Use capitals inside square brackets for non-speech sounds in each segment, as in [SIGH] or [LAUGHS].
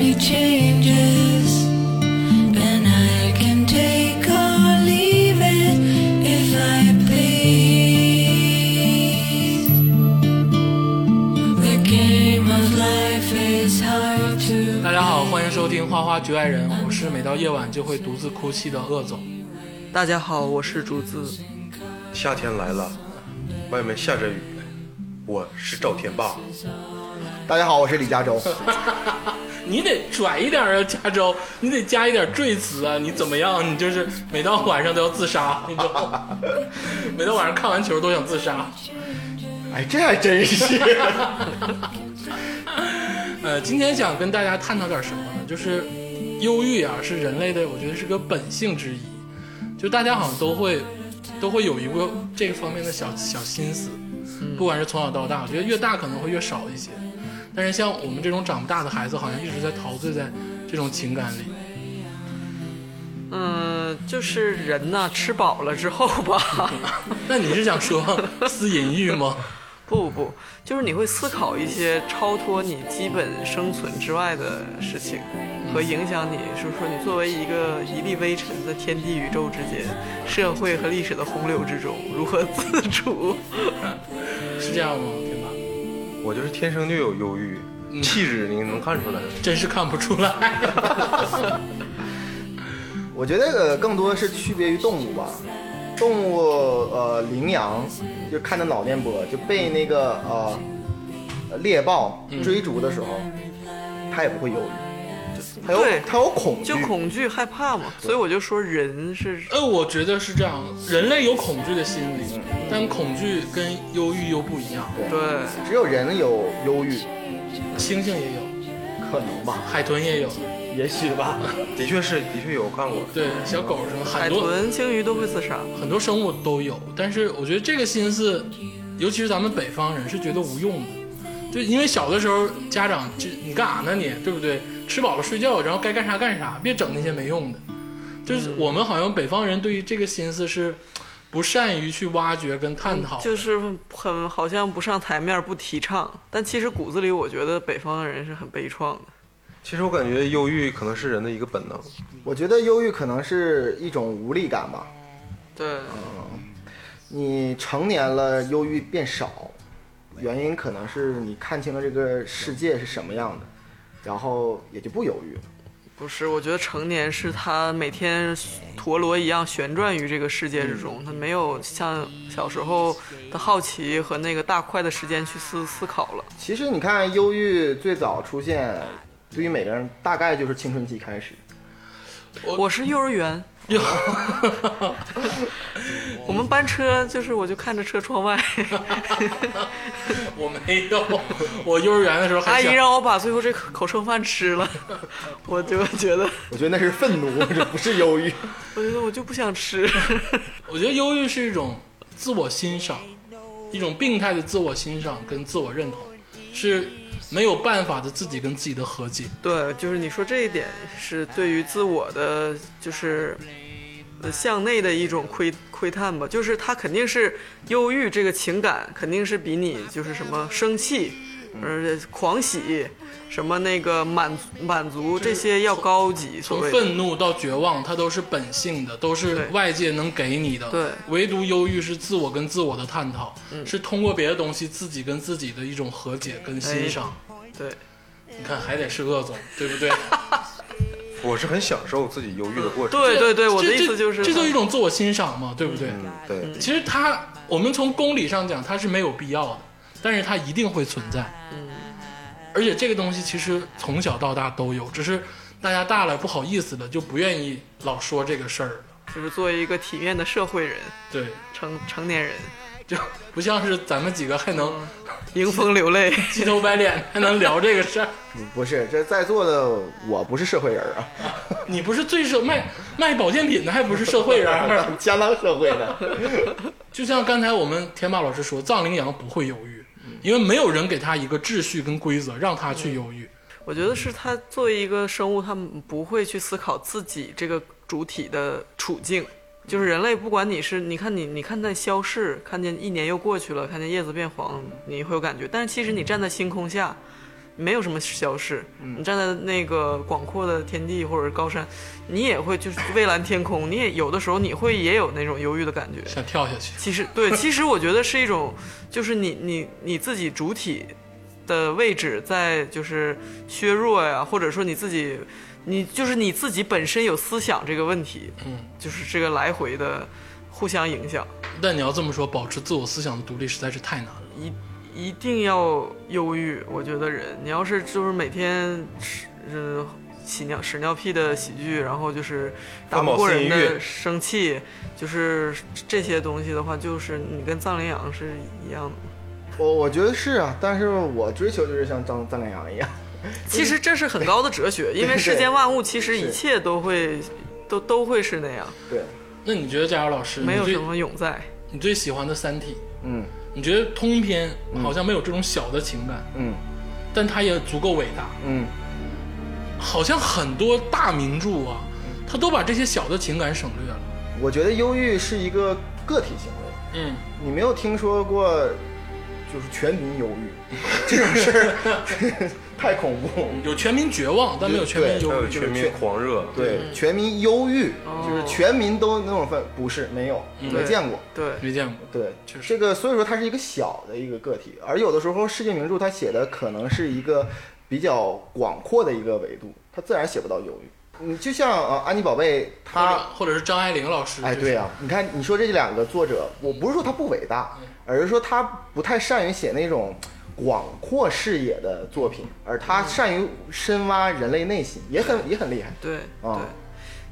it changes. And I can take or leave it if I please. The game of life is hard to. 大家好，欢迎收听《花花局外人》，我是每到夜晚就会独自哭泣的鄂总。大家好，我是竹子。夏天来了，外面下着雨，我是赵天霸。大家好，我是李佳洲。你得拽一点啊，加州，你得加一点赘词啊！你怎么样？你就是每到晚上都要自杀，你知道吗？ [LAUGHS] 每到晚上看完球都想自杀。哎，这还真是。 [LAUGHS] 呃，今天想跟大家探讨点什么呢？就是忧郁啊，是人类的，我觉得是个本性之一。就大家好像都会都会有一个这方面的小小心思，不管是从小到大，我觉得越大可能会越少一些。但是像我们这种长不大的孩子，好像一直在陶醉在这种情感里。嗯，就是人呐，吃饱了之后吧， [LAUGHS] 那你是想说思淫欲吗？不不，就是你会思考一些超脱你基本生存之外的事情，和影响你，就是说你作为一个一粒微尘在天地宇宙之间、社会和历史的洪流之中，如何自 [LAUGHS] 处？是这样吗？天霸，我就是天生就有忧郁，嗯气质你能看出来。真是看不出来。我觉得呃更多是区别于动物吧，动物呃羚羊就看着脑电波，就被那个呃呃猎豹追逐的时候，它也不会忧郁，就它对有它有恐惧就，恐惧、害怕嘛。所以我就说，人是呃，我觉得是这样，人类有恐惧的心理，但恐惧跟忧郁又不一样。对，只有人有忧郁，猩猩也有，可能吧，海豚也有，也许吧。的确是，的确有我看过。对，小狗什么，很海多豚、鲸鱼都会自杀。很多生物都有。但是我觉得这个心思，尤其是咱们北方人是觉得无用的，就因为小的时候家长就你干啥呢你，对不对？吃饱了睡觉，然后该干啥干啥，别整那些没用的。就是我们好像北方人对于这个心思是不善于去挖掘跟探讨的。嗯就是很好像不上台面，不提倡，但其实骨子里我觉得北方人是很悲怆的。其实我感觉忧郁可能是人的一个本能， [LAUGHS] 我觉得忧郁可能是一种无力感吧。对，你成年了，忧郁变少，原因可能是你看清了这个世界是什么样的，然后也就不忧郁了。不是，我觉得成年是他每天陀螺一样旋转于这个世界之中，他没有像小时候的好奇和那个大块的时间去思思考了。其实你看，忧郁最早出现，对于每个人大概就是青春期开始。我是幼儿 [LAUGHS] 园，哟我们班车就是我就看着车窗 [LAUGHS] 外，我没有，我幼儿园的时候阿还姨想，让我把最后这口剩饭吃了，我就觉得，我觉得那是愤怒，这不是忧郁。我觉得我就不想吃。我觉得忧郁是一种自我欣赏，一种病态的自我欣赏跟自我认同，是没有办法的自己跟自己的和解。 [LAUGHS] 对，就是你说这一点是对于自我的，就是呃向内的一种窥窥探吧。就是他肯定是忧郁这个情感，肯定是比你就是什么生气，而且狂喜，什么那个满足满足这些要高级。所从谓的愤怒到绝望，它都是本性的，都是对外界能给你的。对嗯唯独忧郁是自我跟自我的探讨，是通过别的东西自己跟自己的一种和解跟哎欣赏。对，你看，还得是鄂总，对不对？我是很享受自己忧郁的过程。 [LAUGHS] 对对对，我的这意思这就是，这就是一种自我欣赏嘛，对不对？嗯，对，其实它，我们从公理上讲，它是没有必要的，但是它一定会存在。嗯而且这个东西其实从小到大都有，只是大家大了不好意思了，就不愿意老说这个事儿了。就是作为一个体面的社会人，对，成成年人，就不像是咱们几个还能迎风流泪。鸡头白脸，还能聊这个事儿。 [LAUGHS] 不是，这在座的我不是社会人啊， [LAUGHS] 你不是最社卖卖保健品的，还不是社会人儿？相当社会的。就像刚才我们天霸老师说，藏羚羊不会犹豫，因为没有人给他一个秩序跟规则，让他去犹豫。我觉得是他作为一个生物，他们不会去思考自己这个主体的处境。就是人类，不管你是你看你你看那消逝，看见一年又过去了，看见叶子变黄，你会有感觉。但是其实你站在星空下，没有什么消逝。你站在那个广阔的天地或者高山，你也会就是蔚蓝天空，你也有的时候你会也有那种忧郁的感觉。想跳下去。其实 [LAUGHS] 对，其实我觉得是一种，就是你你你自己主体的位置在就是削弱呀，或者说你自己，你就是你自己本身有思想这个问题，嗯，就是这个来回的互相影响，但你要这么说，保持自我思想的独立实在是太难了。一一定要忧郁。我觉得人，你要是就是每天吃，嗯、屎尿屎尿屁的喜剧，然后就是打发不毛过私人淫的欲生气，就是这些东西的话，就是你跟藏羚羊是一样的。我我觉得是啊，但是我追求就是像张张良阳一样，其实这是很高的哲学，因为世间万物其实一切都会，都都会是那样，对，那你觉得佳瑶老师，没有嗯你什最么永在。你最喜欢的《三体嗯》，你觉得通篇好像没有这种小的情感，嗯但它也足够伟大。嗯，好像很多大名著啊，它都把这些小的情感省略了。我觉得忧郁是一个个体行为，嗯，你没有听说过就是全民忧郁这种事儿， [LAUGHS] 太恐怖。有全民绝望，但没有全民对还忧有郁。全民狂热，对，全民忧郁，哦就是全民都那种氛，不是没有没对见过。对，没见过。对，确实这个所以说它是一个小的一个个体，而有的时候世界名著它写的可能是一个比较广阔的一个维度，它自然写不到忧郁。你就像呃安妮宝贝，她或者或者是张爱玲老师，哎，就是对啊，你看，你说这两个作者，我不是说他不伟大，而是说他不太善于写那种广阔视野的作品，而他善于深挖人类内心，也很也很厉害。对对啊，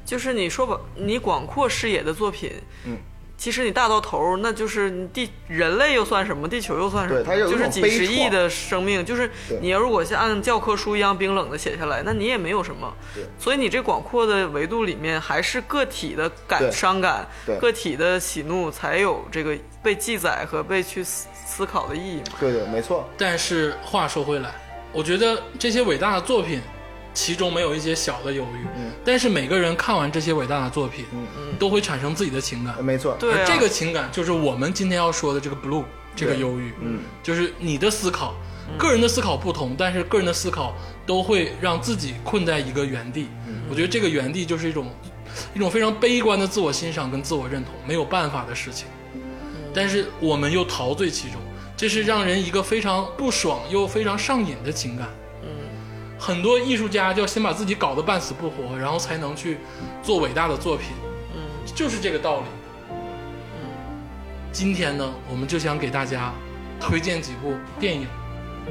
就是你说吧，你广阔视野的作品，嗯，其实你大到头儿，那就是你地人类又算什么，地球又算什么？对它有一就种是几悲十亿怆的生命，就是对你要如果像按教科书一样冰冷的写下来，那你也没有什么对。所以你这广阔的维度里面，还是个体的感对伤感对，个体的喜怒才有这个被记载和被去思思考的意义嘛。对对，没错，但是话说回来，我觉得这些伟大的作品，其中没有一些小的忧郁，嗯但是每个人看完这些伟大的作品，嗯都会产生自己的情感，没错，对啊，这个情感就是我们今天要说的这个 blue，这个对忧郁，嗯，就是你的思考，个人的思考不同，但是个人的思考都会让自己困在一个原地。我觉得这个原地就是一种一种非常悲观的自我欣赏跟自我认同，没有办法的事情。但是我们又陶醉其中，这是让人一个非常不爽又非常上瘾的情感。很多艺术家就要先把自己搞得半死不活，然后才能去做伟大的作品。嗯，就是这个道理。今天呢，我们就想给大家推荐几部电影，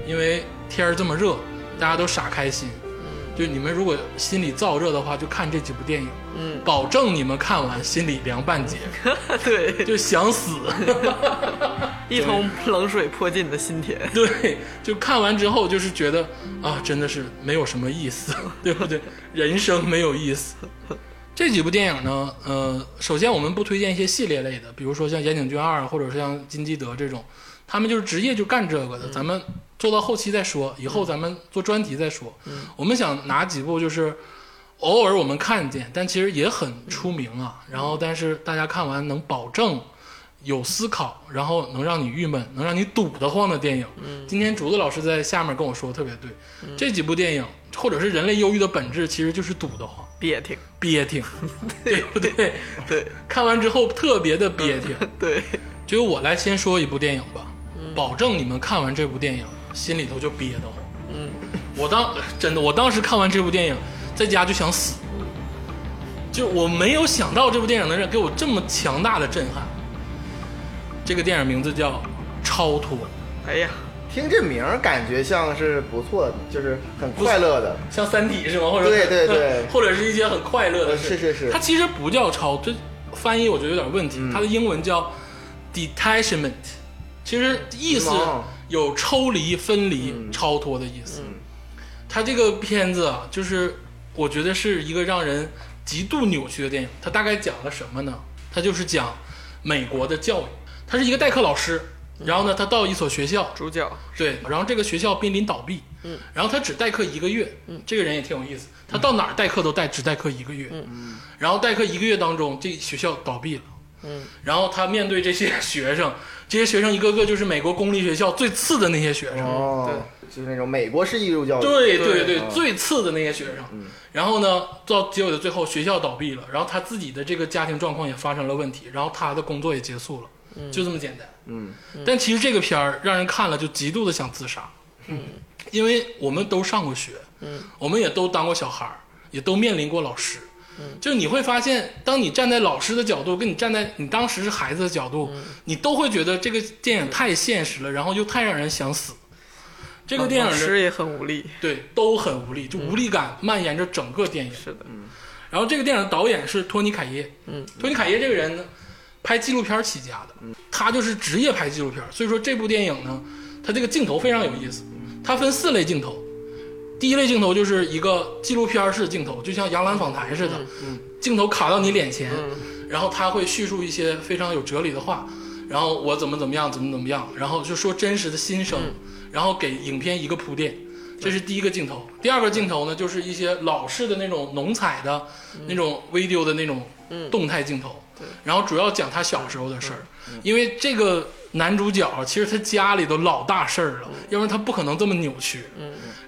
因为天儿这么热，大家都傻开心。就你们如果心里燥热的话，就看这几部电影，嗯，保证你们看完心里凉半截， [LAUGHS] 对，就想死。一桶冷水泼进你的心田。对，就看完之后就是觉得啊，真的是没有什么意思， [LAUGHS] 对不对？人生没有意思。这几部电影呢，呃，首先我们不推荐一些系列类的，比如说像《岩井俊二》或者是像金基德这种，他们就是职业就干这个的。咱们做到后期再说，以后咱们做专题再说。我们想拿几部就是偶尔我们看见，但其实也很出名啊。然后，但是大家看完能保证有思考，然后能让你郁闷、能让你堵得慌的电影。今天竹子老师在下面跟我说得特别对，这几部电影或者是人类忧郁的本质其实就是堵得慌、别听，憋挺，对不对？对看完之后特别的憋挺。对，就由我来先说一部电影吧，保证你们看完这部电影心里头就憋得慌。嗯，我当 [LAUGHS] 真的，我当时看完这部电影，在家就想死，就我没有想到这部电影能让给我这么强大的震撼。这个电影名字叫《超脱》，哎呀，听这名儿感觉像是不错的，就是很快乐的。像《三体》是吗？或者对对对 [LAUGHS] 或者是一些很快乐的事。呃是是是嗯它其实不叫超，这翻译我觉得有点问题。它的英文叫 detachment，其实意思是吗有抽离、分离、嗯超脱的意思。它这个片子啊，就是我觉得是一个让人极度扭曲的电影。它大概讲了什么呢？它就是讲美国的教育。他是一个代课老师，然后呢，他到一所学校，主角，对，然后这个学校濒临倒闭，嗯，然后他只代课一个月，嗯，这个人也挺有意思，他到哪儿代课都代，只代课一个月，嗯，然后代课一个月当中，这学校倒闭了，嗯，然后他面对这些学生，这些学生一个个就是美国公立学校最次的那些学生，哦，就是那种美国式义务教育，对嗯对对对，嗯最次的那些学生。然后呢，到结尾的最后，学校倒闭了，然后他自己的这个家庭状况也发生了问题，然后他的工作也结束了，就这么简单。嗯，但其实这个片儿让人看了就极度的想自杀，因为我们都上过学，我们也都当过小孩儿，也都面临过老师。就你会发现，当你站在老师的角度，跟你站在你当时是孩子的角度，你都会觉得这个电影太现实了，然后又太让人想死。这个电影老的师也很无力。对，都很无力，就无力感蔓延着整个电影。是的，然后这个电影的导演是托尼·凯耶，嗯，托尼·凯耶这个人呢，拍纪录片起家的，他就是职业拍纪录片，所以说这部电影呢，它这个镜头非常有意思，它分四类镜头，第一类镜头就是一个纪录片式镜头，就像杨澜访谈似的，镜头卡到你脸前，然后他会叙述一些非常有哲理的话，然后我怎么怎么样，怎么怎么样，然后就说真实的心声，然后给影片一个铺垫，这是第一个镜头。第二个镜头呢，就是一些老式的那种农采的、那种 video 的那种动态镜头，然后主要讲他小时候的事儿，因为这个男主角其实他家里都老大事儿了，要不然他不可能这么扭曲。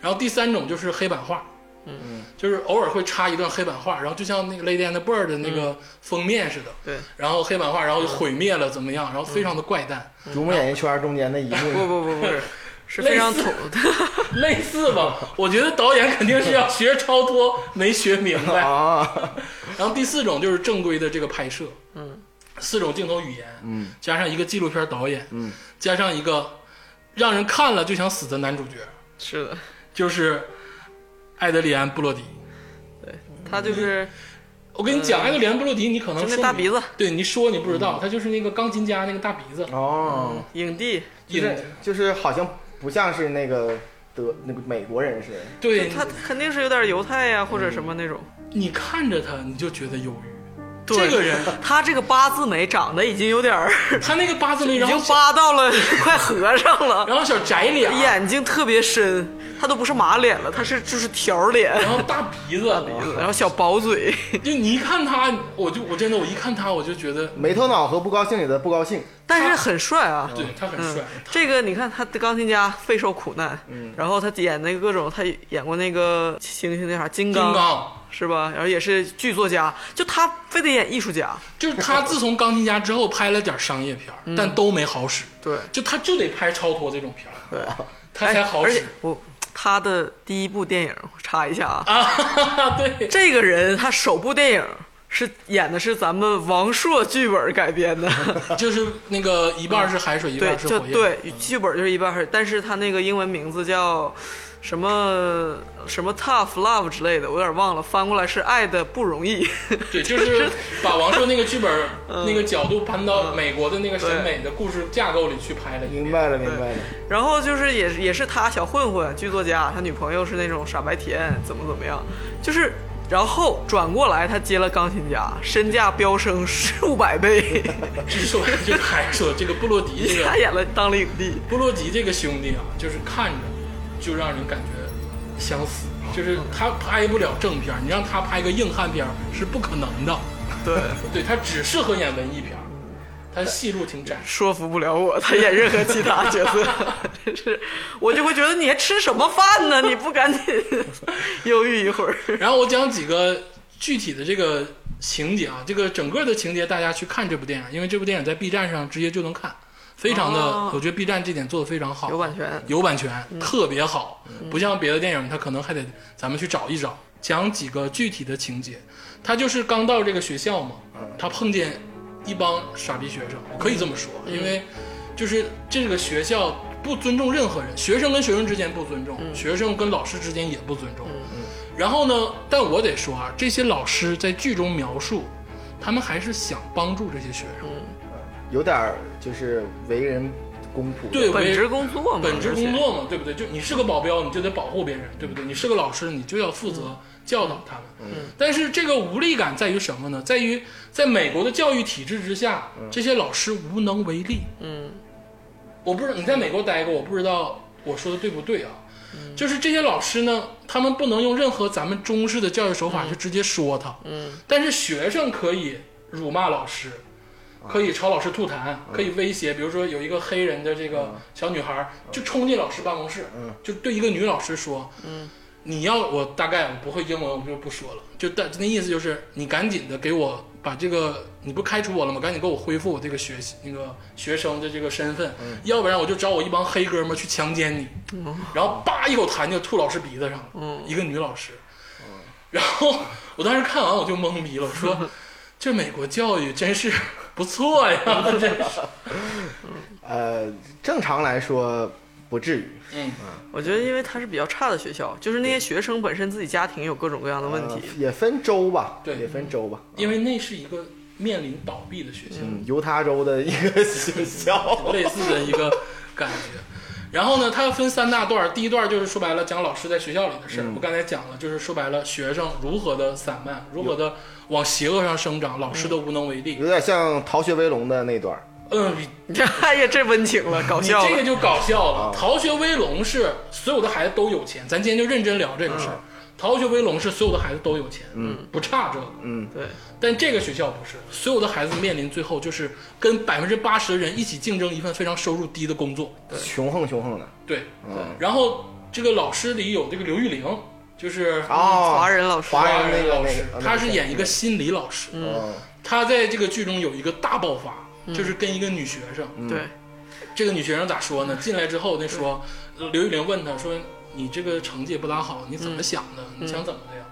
然后第三种就是黑板画，嗯，就是偶尔会插一段黑板画，然后就像那个《Lady and the Bird》的那个封面似的，对，然后黑板画，然后就毁灭了怎么样，然后非常的怪诞，逐梦演艺圈中间那一不幕，不不不 [LAUGHS] 是，是类非常似统， [LAUGHS] 类似吧？ [LAUGHS] 我觉得导演肯定是要学超脱，没学明 [LAUGHS] 白。啊，然后第四种就是正规的这个拍摄，嗯，四种镜头语言，嗯，加上一个纪录片导演，嗯，加上一个让人看了就想死的男主角，是的，就是艾德里安·布洛迪。他就是嗯我跟你讲，艾德里安·布洛迪，你可能就那说大你鼻子对你说你不知道，他就是那个钢琴家那个大鼻子，哦，影帝，就影是就是好像不像是那个德那个美国人似的，对，他肯定是有点犹太呀、或者什么那种。你看着他你就觉得忧郁。对这个人，他这个八字眉长得已经有点儿，他那个八字眉，已然经后小八哎到了快合上了，然后小窄脸，眼睛特别深，他都不是马脸了，他是就是条脸，然后大鼻子，然后小薄嘴， [LAUGHS] 就你一看他，我就我真的我一看他我就觉得，嗯没头脑和不高兴里的不高兴，但是很帅啊。对他很嗯帅，，嗯这个你看，他的钢琴家备受苦难，然后他演那个各种，他演过那个星星那啥金金刚刚。是吧？然后也是剧作家，就他非得演艺术家，就是他自从钢琴家之后拍了点商业片儿，嗯但都没好使。对就他就得拍超脱这种片儿，对，啊他才好哎而使且我他的第一部电影，我插一下啊，啊！ [LAUGHS] 哈哈对，这个人他首部电影是演的是咱们王朔剧本改编 [LAUGHS] 的，就是那个一半儿是海水，一半对，儿是就火焰。对剧本就是一半儿，但是他那个英文名字叫什么什么 Tough Love 之类的，我有点忘了，翻过来是爱的不容易。对，就是把王朔那个剧本 [LAUGHS] 儿嗯那个角度搬到美国的那个审美的故事架构里去拍了一明遍。白了明白了，然后就是也也是他小混混剧作家，他女朋友是那种傻白甜，怎么怎么样，就是然后转过来他接了钢琴家，身价飙升 [LAUGHS] 数百倍，只说这个还说这个布洛迪这 [LAUGHS] 他个演了当了影帝。布洛迪这个兄弟啊，就是看着就让人感觉想死，就是他拍不了正片儿，你让他拍个硬汉片儿是不可能的。对， [LAUGHS] 对他只适合演文艺片儿，他戏路挺窄。说服不了我，他演任何其他角色，真是，我就会觉得你还吃什么饭呢？你不赶紧忧郁一会 [LAUGHS] 儿？然后我讲几个具体的这个情节啊，这个整个的情节大家去看这部电影，因为这部电影在 B 站上直接就能看，非常的，哦我觉得 B 站这点做的非常好，有版权，有版权、特别好，不像别的电影，它可能还得咱们去找一找。讲几个具体的情节，他就是刚到这个学校嘛，他碰见一帮傻逼学生，可以这么说，因为就是这个学校不尊重任何人，学生跟学生之间不尊重，学生跟老师之间也不尊重。然后呢，但我得说啊，这些老师在剧中描述，他们还是想帮助这些学生，有点儿就是为人公仆，对本职工作嘛，本职工而且，作嘛，对不对？就你是个保镖，你就得保护别人，对不对？你是个老师，你就要负责教导他们。嗯。但是这个无力感在于什么呢？在于在美国的教育体制之下，嗯这些老师无能为力。嗯。我不知道你在美国待过，我不知道我说的对不对啊？嗯就是这些老师呢，他们不能用任何咱们中嗯式的教育手法去直接说他，嗯，但是学生可以辱骂老师，可以朝老师吐痰，可以威胁，比如说有一个黑人的这个小女孩就冲进老师办公室，就对一个女老师说，你要我大概我不会英文，我就不说了，就但那意思就是你赶紧的给我把这个，你不开除我了吗？赶紧给我恢复我这个学习那个学生的这个身份，要不然我就找我一帮黑哥们儿去强奸你，然后叭一口痰就吐老师鼻子上了，一个女老师，然后我当时看完我就懵逼了，我说这美国教育真 [LAUGHS] 是不错呀，真是，呃，正常来说不至于，嗯，我觉得因为它是比较差的学校，就是那些学生本身自己家庭有各种各样的问呃题，也分州吧，对也分州吧。因为那是一个面临倒闭的学校。嗯，犹他州的一个学校，类似的一个感觉。然后呢，它分三大段儿，第一段儿就是说白了讲老师在学校里的事儿，我刚才讲了，就是说白了学生如何的散漫，如何的往邪恶上生长，老师的无能为力。有点像《逃学威龙》的那段儿。嗯， [LAUGHS] 哎呀，这温情了，搞你笑嗯这个了。就搞笑了。逃学威龙是所有的孩子都有钱，咱今天就认真聊这个事儿。逃学威龙是所有的孩子都有钱，嗯，不差这个，嗯，对，但这个学校不是，所有的孩子面临最后就是跟百分之八十的人一起竞争一份非常收入低的工作，穷横穷横的。对，嗯，然后这个老师里有这个刘玉玲，就是哦，华人老师华华人人那个老那师个，那个，他是演一个心理老师，嗯，他在这个剧中有一个大爆发，就是跟一个女学生，对，这个女学生咋说呢？进来之后，那说呃刘玉玲问她说：“你这个成绩也不咋好，你怎嗯么想的？你想怎么的呀？”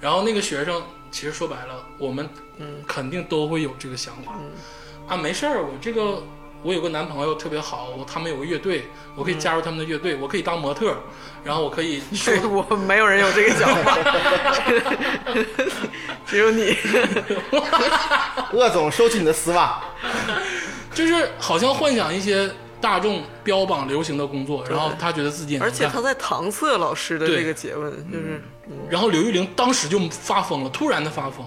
然后那个学生其实说白了，我们嗯肯定都会有这个想法啊，没事儿，我这个我有个男朋友特别好，我他们有个乐队，我可嗯以加入他们的乐队，我可以当模特儿，然后我可 [LAUGHS] 以说这我没有人有这个想法， [LAUGHS] 只有你。鄂总收起你的丝袜。就是好像幻想一些大众标榜流行的工作，然后他觉得自己也能而且他干在搪塞老师的对嗯这个诘问，就是然后刘玉玲当时就发疯了，突然的发疯，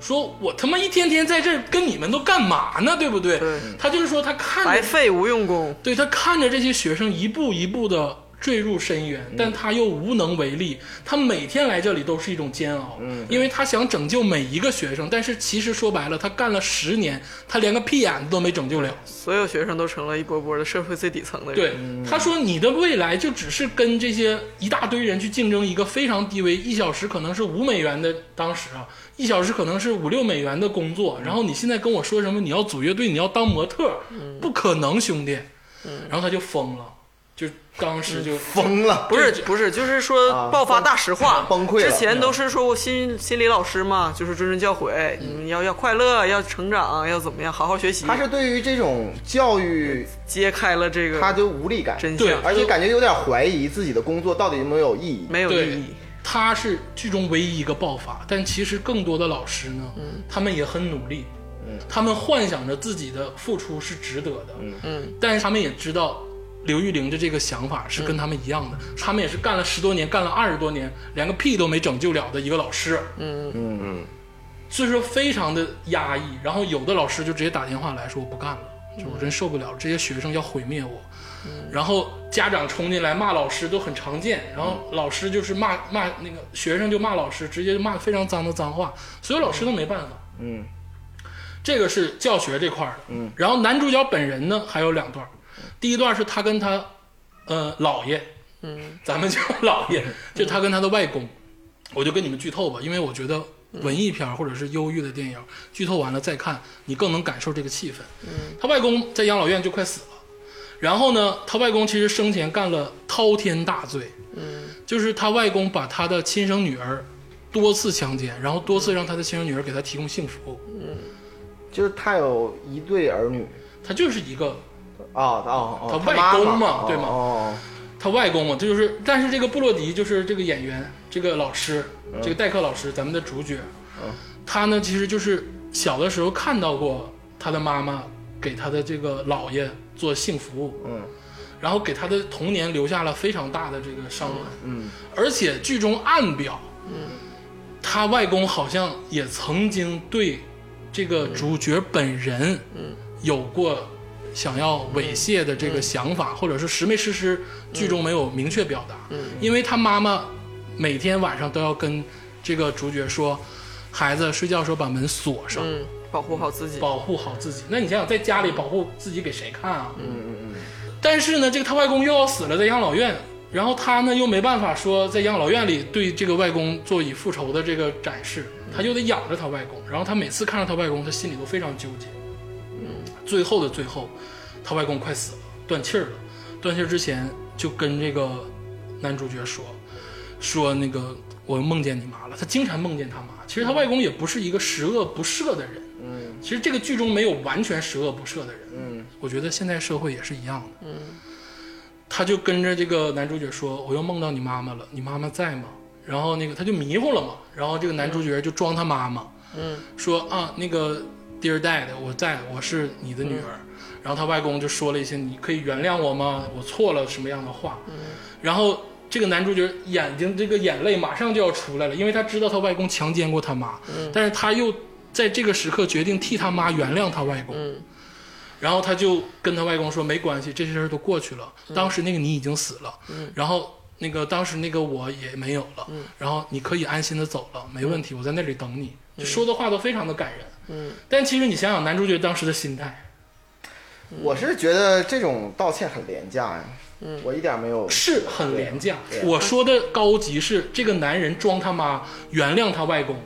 说我他妈一天天在这儿跟你们都干嘛呢？对不对？对他就是说他白看着，费无用功。对他看着这些学生一步一步的坠入深渊，嗯但他又无能为力。他每天来这里都是一种煎熬，嗯因为他想拯救每一个学生，但是其实说白了，他干了十年，他连个屁眼子都没拯救了。所有学生都成了一波波的社会最底层的人。对，他说你的未来就只是跟这些一大堆人去竞争一个非常低微，一小时可能是五美元的，当时啊，一小时可能是五六美元的工嗯作。然后你现在跟我说什么你要组乐队，你要当模特儿，嗯不可能，兄弟。然后他就疯了，就当时嗯就疯了，不是对不是，就是说爆发大实话，啊崩溃了嗯之前都是说过心心理老师嘛，就是谆谆教诲，你要要快乐，要成长，要怎么样，好好学习。嗯他是对于这种教育，揭开了这他个就无力感，真对相，而且感觉有点怀疑自己的工作到底有没有意义。没有对意义。他是剧中唯一一个爆发，但其实更多的老师呢，他们也很努力，他们幻想着自己的付出是值得的，嗯，但是他们也知道刘玉玲的这个想法是跟他们一样的，他们也是干了十多年，干了二十多年，连个屁都没拯救了的一个老师，嗯嗯，所以说非常的压抑。然后有的老师就直接打电话来说我不干了，就我真受不了，这些学生要毁灭我。然后家长冲进来骂老师都很常见，然后老师就是骂骂那个学生就骂老师，直接就骂非常脏的脏话，所有老师都没办法。嗯，这个是教学这块儿的。嗯，然后男主角本人呢还有两段儿，第一段是他跟他呃姥爷，嗯，咱 [LAUGHS] 们叫姥爷，就他跟他的外公，我就跟你们剧透吧，因为我觉得文艺片儿或者是忧郁的电影，剧透完了再看，你更能感受这个气氛。嗯，他外公在养老院就快死了。然后呢，他外公其实生前干了滔天大罪，嗯，就是他外公把他的亲生女儿多次强奸，然后多次让他的亲生女儿给他提供性服务，就是他有一对儿女，他就是一个啊哦哦，他外公嘛妈妈对吗哦，他外公嘛，这就是，但是这个布洛迪就是这个演员，这个老师，这个代课老师，咱们的主角，他呢其实就是小的时候看到过他的妈妈给他的这个姥爷做性服务，嗯，然后给他的童年留下了非常大的这个伤痕，嗯，而且剧中暗表，嗯，他外公好像也曾经对这个主角本人，嗯，有过想要猥亵的这个想法，或者是实没实施，剧中没有明确表达，嗯，因为他妈妈每天晚上都要跟这个主角说，孩子睡觉的时候把门锁上，嗯保护好自己。保护好自己。那你想想，在家里保护自己给谁看啊？嗯嗯嗯。但是呢，这个他外公又要死了，在养老院，然后他呢又没办法说在养老院里对这个外公做以复仇的这个展示，他就得养着他外公。然后他每次看着他外公，他心里都非常纠结。嗯，最后的最后，他外公快死了，断气儿了。断气儿之前就跟这个男主角说，说那个我梦见你妈了。他经常梦见他妈。其实他外公也不是一个十恶不赦的人。嗯其实这个剧中没有完全十恶不赦的人，嗯我觉得现在社会也是一样的。嗯，他就跟着这个男主角说：“我又梦到你妈妈了，你妈妈在吗？”然后那个他就迷糊了嘛，然后这个男主角就装他妈妈，嗯，说啊那个 Dear Dad，我在，我是你的女儿。然后他外公就说了一些你可以原谅我吗？我错了什么样的话？嗯，然后这个男主角眼睛这个眼泪马上就要出来了，因为他知道他外公强奸过他妈，嗯但是他又在这个时刻决定替他妈原谅他外公。嗯然后他就跟他外公说没关系，这些事儿都过去了。嗯当时那个你已经死了，然后那个当时那个我也没有了，嗯然后你可以安心的走了，没问题，我在那里等你。就说的话都非常的感人，嗯，但其实你想想男主角当时的心态我是觉得这种道歉很廉价呀，嗯我一点没有是很廉价对。我说的高级是这个男人装他妈原谅他外公，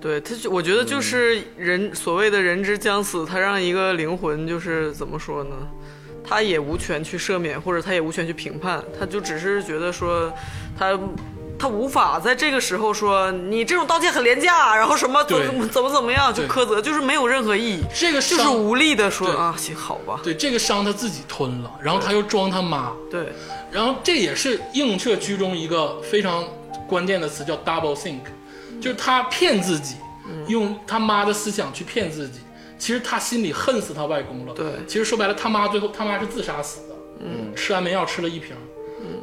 对他就，我觉得嗯就是人、所谓的人之将死，他让一个灵魂就是怎么说呢？他也无权去赦免，或者他也无权去评判，他就只是觉得说，他他无法在这个时候说你这种道歉很廉价，然后什么怎对么怎么怎么样就对苛责，就是没有任何意义，这个就是伤无力的说对啊，行好吧，对这个伤他自己吞了，然后他又装他妈，对然后这也是映射剧中一个非常关键的词，叫 double think，就是他骗自己，嗯用他妈的思想去骗自己。其实他心里恨死他外公了。对其实说白了，他妈最后他妈是自杀死的，嗯，吃安眠药吃了一瓶，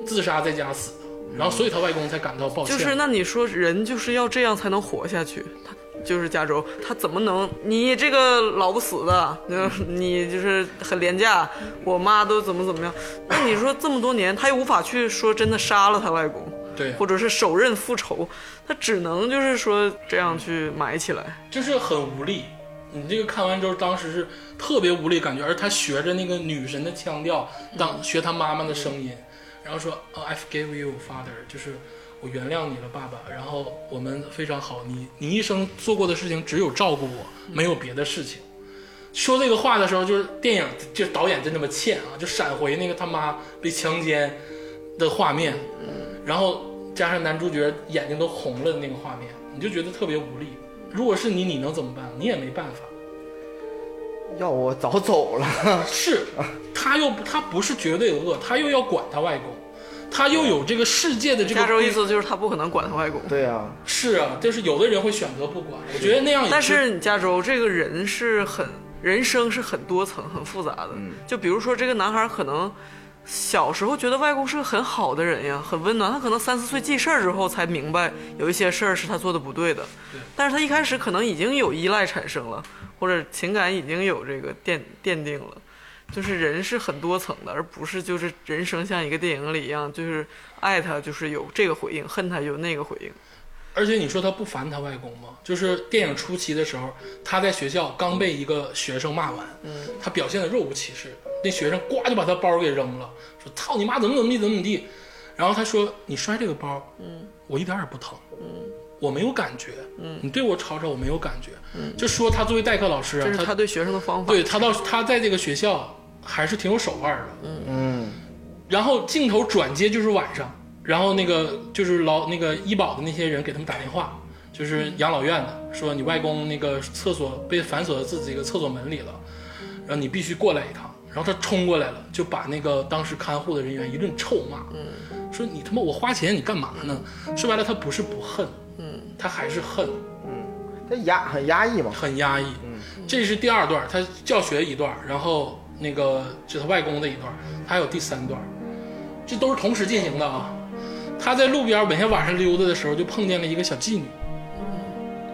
自杀在家死的，然后所以他外公才感到抱歉。嗯就是那你说人就是要这样才能活下去，他就是加州，他怎么能你这个老不死的，就是 [LAUGHS] 你就是很廉价，我妈都怎么怎么样？那你说这么多年，他也无法去说真的杀了他外公，对，或者是手刃复仇，他只能就是说这样去埋起来。就是很无力。你这个看完之后，当时是特别无力感觉，而他学着那个女神的腔调，当学他妈妈的声音，然后说：“哦、i forgive you, father，就是我原谅你了，爸爸。然后我们非常好，你你一生做过的事情只有照顾我，没有别的事情。”说这个话的时候，就是电影就导演真他妈欠啊，就闪回那个他妈被强奸的画面，然后加上男主角眼睛都红了的那个画面，你就觉得特别无力。如果是你，你能怎么办？你也没办法。要我早走了。 [LAUGHS] 是，他又不他不是绝对恶，他又要管他外公，他又有这个世界的这个加州规意思就是他不可能管他外公，对啊，是啊，就是有的人会选择不管，我觉得那样也但是你加州这个人是很人生是很多层、很复杂的。嗯就比如说这个男孩可能小时候觉得外公是个很好的人呀，很温暖，他可能三四岁记事儿之后才明白有一些事儿是他做的不对的。但是他一开始可能已经有依赖产生了，或者情感已经有这个奠奠定了。就是人是很多层的，而不是就是人生像一个电影里一样，就是爱他就是有这个回应，恨他有那个回应。而且你说他不烦他外公吗？就是电影初期的时候，他在学校刚被一个学生骂完，嗯他表现的若无其事，那学生呱就把他包给扔了，说操你妈怎么怎么地怎么怎么地，然后他说你摔这个包，嗯我一点儿也不疼，我没有感觉，你对我吵吵我没有感觉，就说他作为代课老师啊，嗯这是他他对学生的方法。对他到他在这个学校还是挺有手腕儿的，嗯，然后镜头转接就是晚上，然后那个就是老那个医保的那些人给他们打电话，就是嗯养老院的，说你外公那个厕所被反锁在自己一个厕所门里了，然后你必须过来一趟。然后他冲过来了，就把那个当时看护的人员一顿臭骂，嗯说你他妈我花钱你干嘛呢？说白了他不是不恨，嗯他还是恨，这压很压抑嘛。很压抑。这是第二段，他教学一段，然后那个就他外公的一段，还有第三段，这都是同时进行的啊。他在路边每天晚上溜达的时候，就碰见了一个小妓女，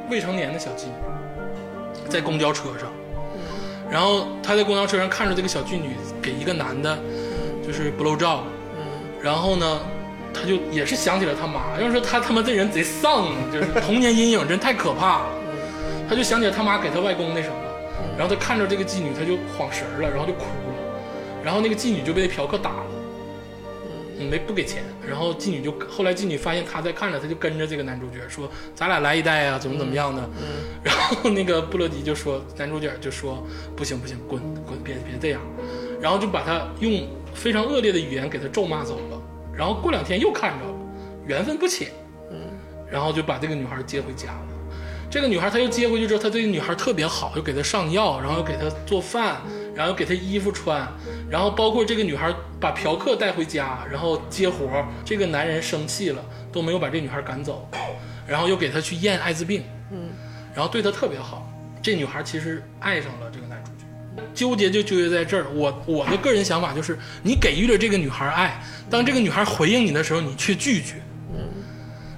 未成年的小妓女，在公交车上。然后他在公交车上看着这个小妓女给一个男的，就是 blow job，然后呢，他就也啊是想起了他妈。要是说他他妈这人贼丧，就是童年阴影真太可怕了。他就想起来他妈给他外公那什么，然后他看着这个妓女，他就晃神儿了，然后就哭了，然后那个妓女就被嫖客打了，嗯没不给钱，然后妓女就后来妓女发现他在看着，他就跟着这个男主角说：“咱俩来一袋啊，怎么怎么样的。然后那个布洛迪就说，男主角就说：“不行不行，滚滚，别别这样。”然后就把他用非常恶劣的语言给他咒骂走了。然后过两天又看着了，缘分不浅，然后就把这个女孩接回家了。这个女孩她又接回去之后，她对女孩特别好，又给她上药，然后又给她做饭，然后又给她衣服穿，然后包括这个女孩把嫖客带回家，然后接活儿，这个男人生气了，都没有把这女孩赶走，然后又给她去验艾滋病，嗯，然后对她特别好。这女孩其实爱上了这个男主角。纠结就纠结在这儿。我我的个人想法就是，你给予了这个女孩爱，当这个女孩回应你的时候，你却拒绝。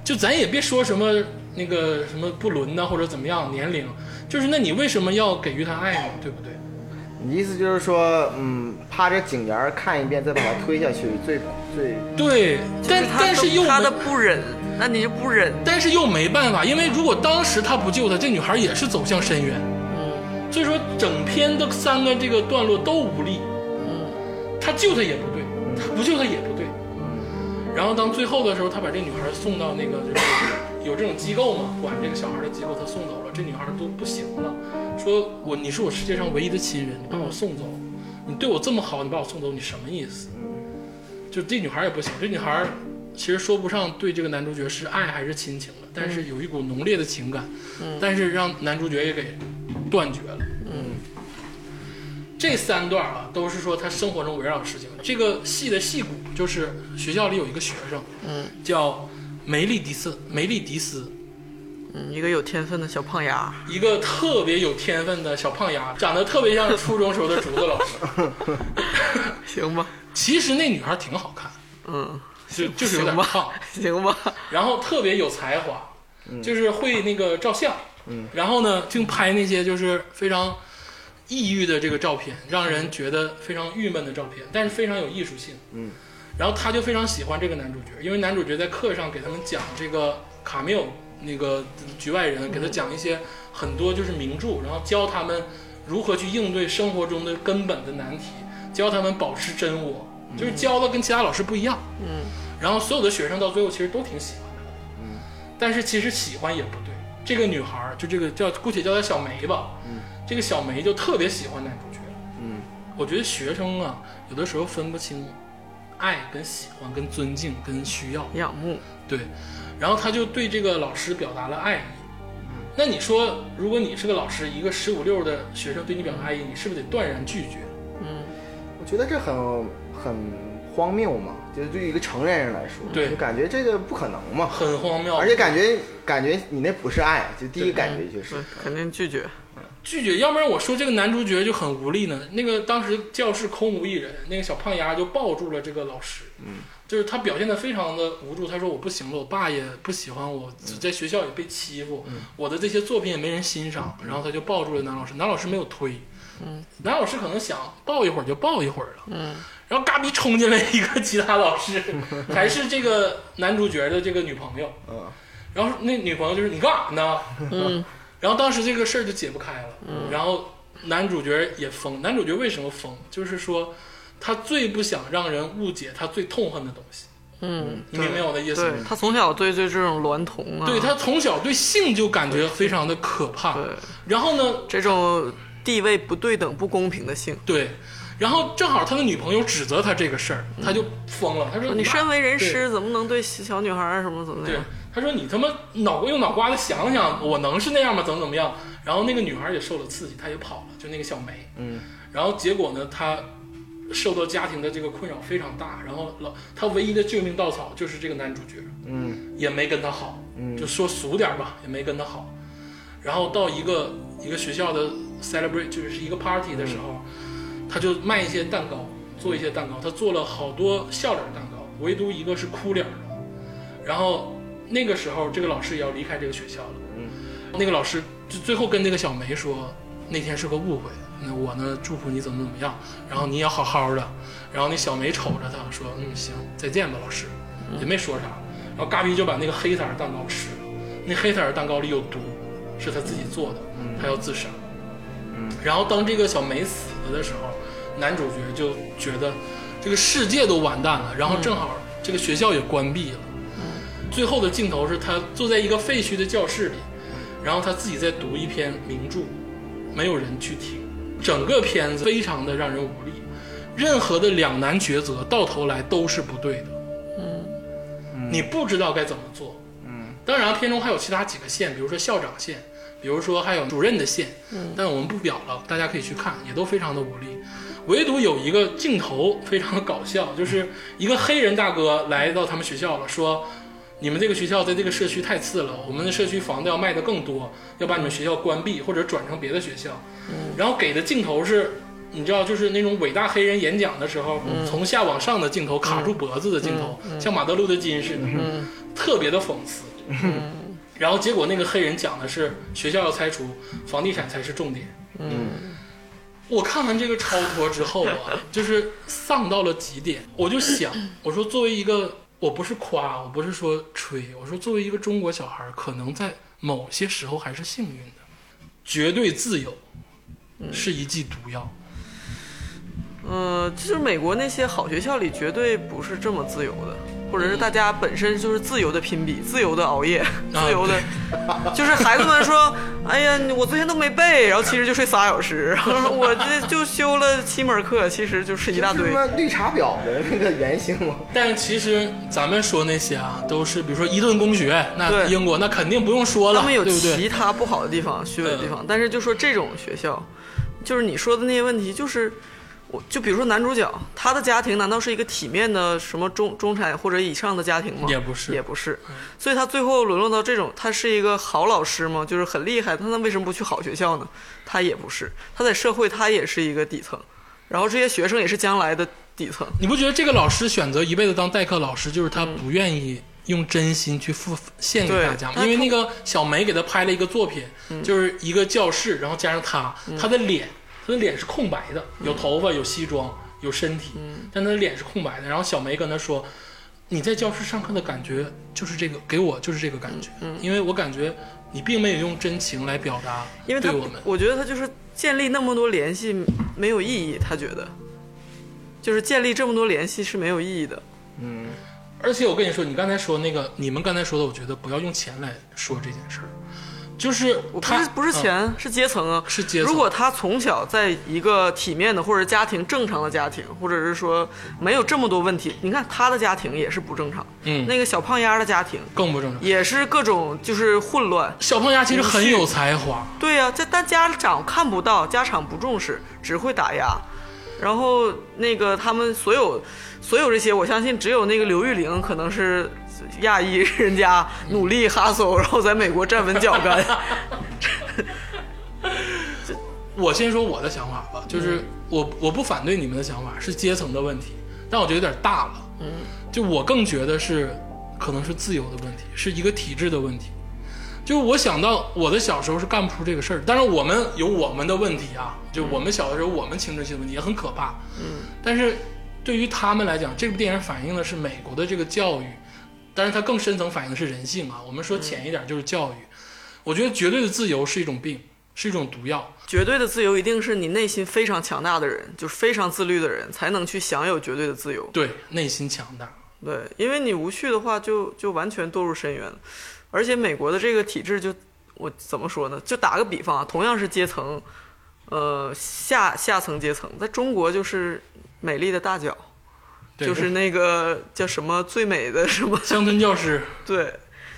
就咱也别说什么那个什么不伦呐，或者怎么样年龄，就是那你为什么要给予她爱呢？对不对？你意思就是说，嗯，趴着井沿儿看一遍，再把它推下去，最最对，但就他但都是又他没的不忍，那你就不忍。但是又没办法，因为如果当时他不救她，这女孩也是走向深渊。嗯所以说整篇的三个这个段落都无力。嗯他救她也不对，他不救她也不对。然后当最后的时候，他把这女孩送到那个就是 [COUGHS] 有这种机构嘛，管这个小孩的机构，他送走了。这女孩都不行了，说我你是我世界上唯一的亲人，你把我送走，你对我这么好，你把我送走，你什么意思？就这女孩也不行，这女孩其实说不上对这个男主角是爱还是亲情了，但是有一股浓烈的情感，但是让男主角也给断绝了。这三段啊，都是说他生活中围绕的事情。这个戏的戏骨就是学校里有一个学生，嗯，叫梅丽迪斯，梅丽迪斯，嗯，一个有天分的小胖丫儿，一个特别有天分的小胖丫，长得特别像初中时候的竹子老师。行吧？其实那女孩挺好看，嗯，就就是有行点胖吧，，行吧。然后特别有才华，就是会那个照相，然后呢，净拍那些就是非常抑郁的这个照片，让人觉得非常郁闷的照片，但是非常有艺术性，嗯，然后他就非常喜欢这个男主角，因为男主角在课上给他们讲这个卡缪那个局外人，给他讲一些很多就是名著，然后教他们如何去应对生活中的根本的难题，教他们保持真我，就是教的跟其他老师不一样，嗯，然后所有的学生到最后其实都挺喜欢他的。嗯但是其实喜欢也不对。这个女孩儿就这个叫姑且叫她小梅吧，嗯这个小梅就特别喜欢男主角。我觉得学生啊，有的时候分不清爱跟喜欢、跟尊敬、跟需要。仰慕，对，然后他就对这个老师表达了爱意。嗯那你说，如果你是个老师，一个十五六的学生对你表达爱意，你是不是得断然拒绝？我觉得这很很荒谬嘛，就是对于一个成年人来说，对就感觉这个不可能嘛，很荒谬，而且感觉感觉你那不是爱，就第一感觉就是对，肯定拒绝。拒绝，要不然我说这个男主角就很无力呢。那个当时教室空无一人，那个小胖丫就抱住了这个老师，嗯，就是他表现的非常的无助。他说我不行了，我爸也不喜欢我，在学校也被欺负，我的这些作品也没人欣赏。然后他就抱住了男老师，男老师没有推，嗯，男老师可能想抱一会儿就抱一会儿了，嗯，然后嘎逼冲进来一个其他老师，还是这个男主角的这个女朋友，嗯，然后那女朋友就是你干啥呢？ [LAUGHS] 然后当时这个事儿就解不开了，然后男主角也疯。男主角为什么疯？就是说，他最不想让人误解他最痛恨的东西。嗯，你明白我的意思对吗？他从小对对这种娈童啊，对他从小对性就感觉非常的可怕。对然后呢，这种地位不对等、不公平的性，对，然后正好他的女朋友指责他这个事儿，他就疯了。他说：“哦你妈身为人对师，怎么能对小女孩儿什么怎么对样？，他说你他妈脑瓜用脑瓜子想想，我能是那样吗？怎么怎么样？然后那个女孩也受了刺激，她也跑了，就那个小梅。嗯，然后结果呢，她受到家庭的这个困扰非常大，然后老她唯一的救命稻草就是这个男主角，嗯，也没跟她好，嗯，就说俗点儿吧，也没跟她好。然后到一个一个学校的 celebrate 就是一个 party 的时候，他就卖一些蛋糕，做一些蛋糕，他做了好多笑脸蛋糕，唯独一个是哭脸的。然后那个时候，这个老师也要离开这个学校了。嗯，那个老师就最后跟那个小梅说，那天是个误会，那我呢祝福你怎么怎么样，然后你也好好的。然后那小梅瞅着他说，嗯，行，再见吧，老师，也没说啥。然后嘎逼就把那个黑色儿蛋糕吃了，那黑色儿蛋糕里有毒，是他自己做的，嗯他要自杀。嗯，然后当这个小梅死了的时候，男主角就觉得这个世界都完蛋了，然后正好这个学校也关闭了。最后的镜头是他坐在一个废墟的教室里，然后他自己在读一篇名著，没有人去听。整个片子非常的让人无力，任何的两难抉择到头来都是不对的。嗯，你不知道该怎么做。嗯，当然片中还有其他几个线，比如说校长线，比如说还有主任的线，但我们不表了，大家可以去看，也都非常的无力。唯独有一个镜头非常的搞笑，就是一个黑人大哥来到他们学校了，说：“你们这个学校在这个社区太次了，我们的社区房子要卖的更多，要把你们学校关闭或者转成别的学校。”然后给的镜头是，你知道，就是那种伟大黑人演讲的时候，从下往上的镜头卡住脖子的镜头，像马德路德金似的，特别的讽刺。然后结果那个黑人讲的是学校要拆除，房地产才是重点。嗯，我看完这个超脱之后 [LAUGHS] 啊，就是丧到了极点。我就 [CLEARS THROAT] 想，我说作为一个，我不是夸，我不是说吹，我说作为一个中国小孩儿，可能在某些时候还是幸运的。绝对自由是一剂毒药，嗯，就是美国那些好学校里绝对不是这么自由的，或者是大家本身就是自由的拼比、自由的熬夜、自由的， [LAUGHS] 就是孩子们说：“哎呀，我昨天都没背。”然后其实就睡仨小时，然后说我这就修了七门课，其实就是一大这堆是。他妈绿茶婊的那个原型吗？但其实咱们说那些啊，都是比如说伊顿公学，那对英国那肯定不用说了，他们有对不嗯对？其他不好的地方、虚伪的地方，但是就说这种学校，就是你说的那些问题，就是我就比如说男主角，他的家庭难道是一个体面的什么中中产或者以上的家庭吗？也不是嗯也不是，所以他最后沦落到这种，他是一个好老师吗？就是很厉害，那他为什么不去好学校呢？他也不是，他在社会他也是一个底层，然后这些学生也是将来的底层，你不觉得这个老师选择一辈子当代课老师，就是他不愿意用真心去付献给大家吗？对嗯因为那个小梅给他拍了一个作品，就是一个教室，然后加上他，他的脸，他的脸是空白的，有头发，有西装，有身体，嗯但他的脸是空白的。然后小梅跟他说：“你在教室上课的感觉就是这个，给我就是这个感觉，嗯因为我感觉你并没有用真情来表达因为对他我们。”觉得他就是建立那么多联系没有意义，他觉得就是建立这么多联系是没有意义的。而且我跟你说，你刚才说那个，你们刚才说的，我觉得不要用钱来说这件事儿，就是我不他是不嗯是钱、是阶层啊，是阶层如果他从小在一个体面的或者家庭正常的家庭，或者是说没有这么多问题，你看他的家庭也是不正常，嗯那个小胖丫的家庭更不正常。也是各种就是混乱。小胖丫其实很有才华，对呀、这但家长看不到，家长不重视，只会打压。然后那个他们所有所有这些，我相信只有那个刘玉玲可能是亚裔人家努力哈搜，然后在美国站稳脚跟。我先说我的想法吧，就是我我不反对你们的想法，是阶层的问题，但我觉得有点大了。嗯，就我更觉得是可能是自由的问题，是一个体制的问题。就我想到我的小时候是干不出这个事儿，当然我们有我们的问题啊，就我们小的时候我们青春期的问题也很可怕。嗯，但是对于他们来讲，这部电影反映的是美国的这个教育，但是它更深层反映的是人性啊。我们说浅一点就是教育，我觉得绝对的自由是一种病，是一种毒药。绝对的自由一定是你内心非常强大的人，就是非常自律的人，才能去享有绝对的自由。对，内心强大。对，因为你无序的话就，就完全堕入深渊了。而且美国的这个体制就，我怎么说呢？就打个比方啊，同样是阶层，呃，下下层阶层，在中国就是美丽的大脚，对就是那个叫什么最美的 [LAUGHS] 什么乡村教师，对，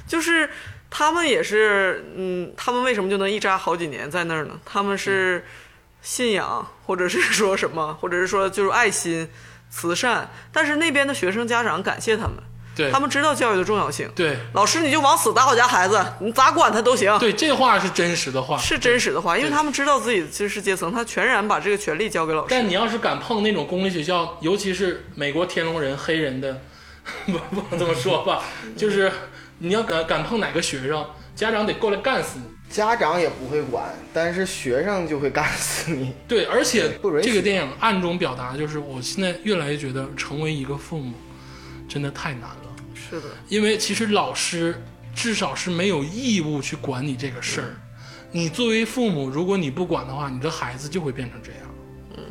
就是他们也是，嗯，他们为什么就能一扎好几年在那儿呢？他们是嗯信仰，或者是说什么，或者是说就是爱心、慈善。但是那边的学生家长感谢他们，对他们知道教育的重要性。对老师你就往死打我家孩子，你咋管他都行。对，这话是真实的话。啊是真实的话，因为他们知道自己知识阶层，他全然把这个权利交给老师。但你要是敢碰那种公立学校，尤其是美国天龙人、黑人的， [LAUGHS] 不不能这么说吧，就是你要敢敢碰哪个学生，家长得过来干死你。家长也不会管，但是学生就会干死你。对，而且不允许这个电影暗中表达的就是，我现在越来越觉得成为一个父母真的太难了。是的，因为其实老师至少是没有义务去管你这个事儿，你作为父母，如果你不管的话，你的孩子就会变成这样。嗯，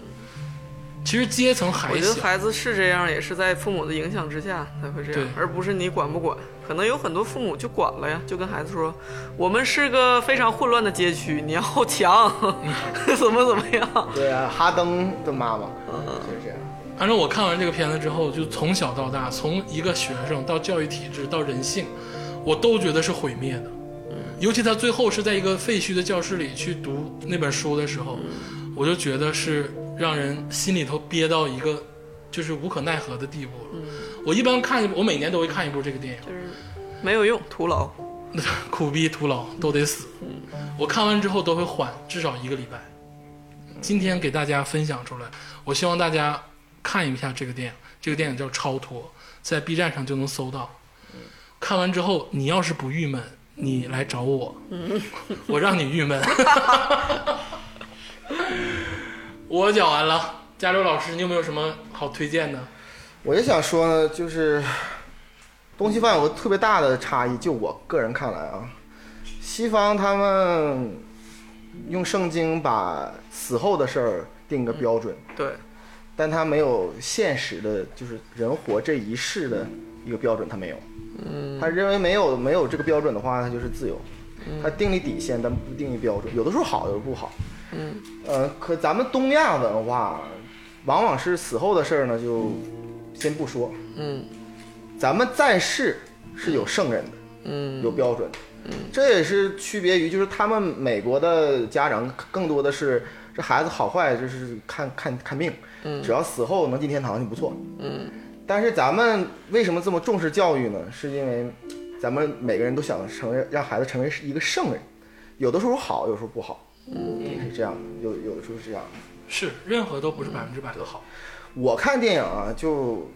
其实阶层还我觉得小，孩子是这样，也是在父母的影响之下才会这样对，而不是你管不管。可能有很多父母就管了呀，就跟孩子说：“我们是个非常混乱的街区，你要强，嗯 [LAUGHS] 怎么怎么 [LAUGHS] 样。对啊，哈登的妈妈嗯就是这样。反正我看完这个片子之后，就从小到大，从一个学生到教育体制到人性，我都觉得是毁灭的。尤其他最后是在一个废墟的教室里去读那本书的时候，我就觉得是让人心里头憋到一个就是无可奈何的地步了。我一般看一，我每年都会看一部这个电影”，就是没有用，徒劳。苦逼徒劳都得死。我看完之后都会缓至少一个礼拜。今天给大家分享出来，我希望大家看一下这个电影，这个电影叫《超脱》，在 B 站上就能搜到。看完之后，你要是不郁闷，你来找我，我让你郁闷。我讲完了，加州老师，你有没有什么好推荐的？我就想说呢，就是东西方有个特别大的差异，就我个人看来啊，西方他们用圣经把死后的事儿定个标准，对，但他没有现实的，就是人活这一世的一个标准，他没有。嗯，他认为没有没有这个标准的话，他就是自由。他定义底线，但不定义标准，有的时候好，有的时候不好。嗯，呃，可咱们东亚文化，往往是死后的事儿呢，就先不说。嗯咱们在世是有圣人的，嗯，有标准的。这也是区别于，就是他们美国的家长更多的是这孩子好坏，就是看看看命，只要死后能进天堂就不错。嗯，但是咱们为什么这么重视教育呢？是因为咱们每个人都想成为让孩子成为一个圣人，有的时候好，有时候不好，是这样的，有有的时候是这样的。是，任何都不是百分之百的好。我看电影啊，就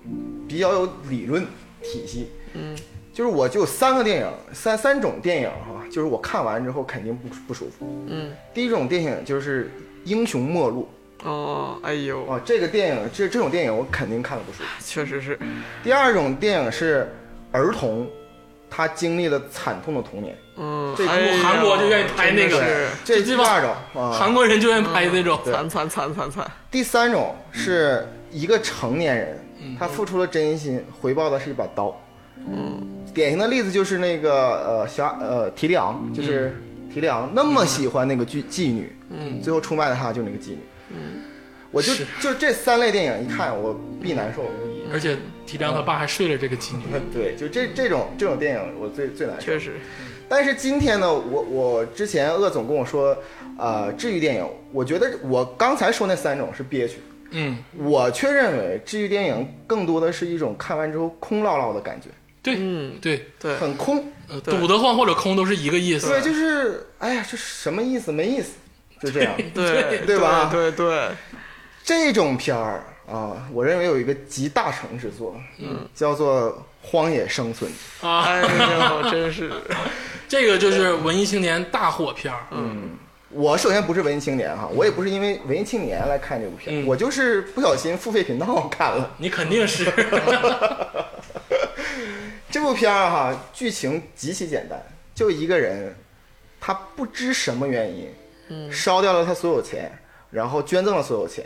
比较有理论体系。嗯，就是我就有三个电影，三三种电影哈、就是我看完之后肯定不不舒服。嗯，第一种电影就是《英雄末路哦，哎》呦，啊，这个电影这这种电影我肯定看了不舒服。确实是，第二种电影是儿童，他经历了惨痛的童年，嗯，这部哎呀韩国就愿意拍那个真的这这第地方二种啊。韩国人就愿意拍那种，是惨惨惨惨惨，第三种是一个成年人，他付出了真心，回报的是一把刀。嗯，典型的例子就是那个呃小呃提里昂，就是提里昂那么喜欢那个妓妓女，嗯，最后出卖了她就是那个妓女。嗯，我就是就这三类电影一看我必难受。而且提亮他爸还睡了这个妓女。 [LAUGHS] 对，就这这种这种电影我最最难受确。实，但是今天呢，我我之前鄂总跟我说，呃，治愈电影，我觉得我刚才说那三种是憋屈。嗯，我却认为治愈电影更多的是一种看完之后空落落的感觉，对，嗯对，对，很空。呃，对堵得慌或者空都是一个意思。对，就是哎呀，这什么意思？没意思，就这样。对对吧对对，这种片儿啊，我认为有一个集大成之作，嗯，叫做《荒野生存》。 [LAUGHS] 啊，哎呦，真是，这个就是文艺青年大火片儿。我首先不是文艺青年哈，我也不是因为文艺青年来看这部片，嗯我就是不小心付费频道看了。你肯定是这部片儿哈，剧情极其简单，就一个人，他不知什么原因，烧掉了他所有钱，然后捐赠了所有钱。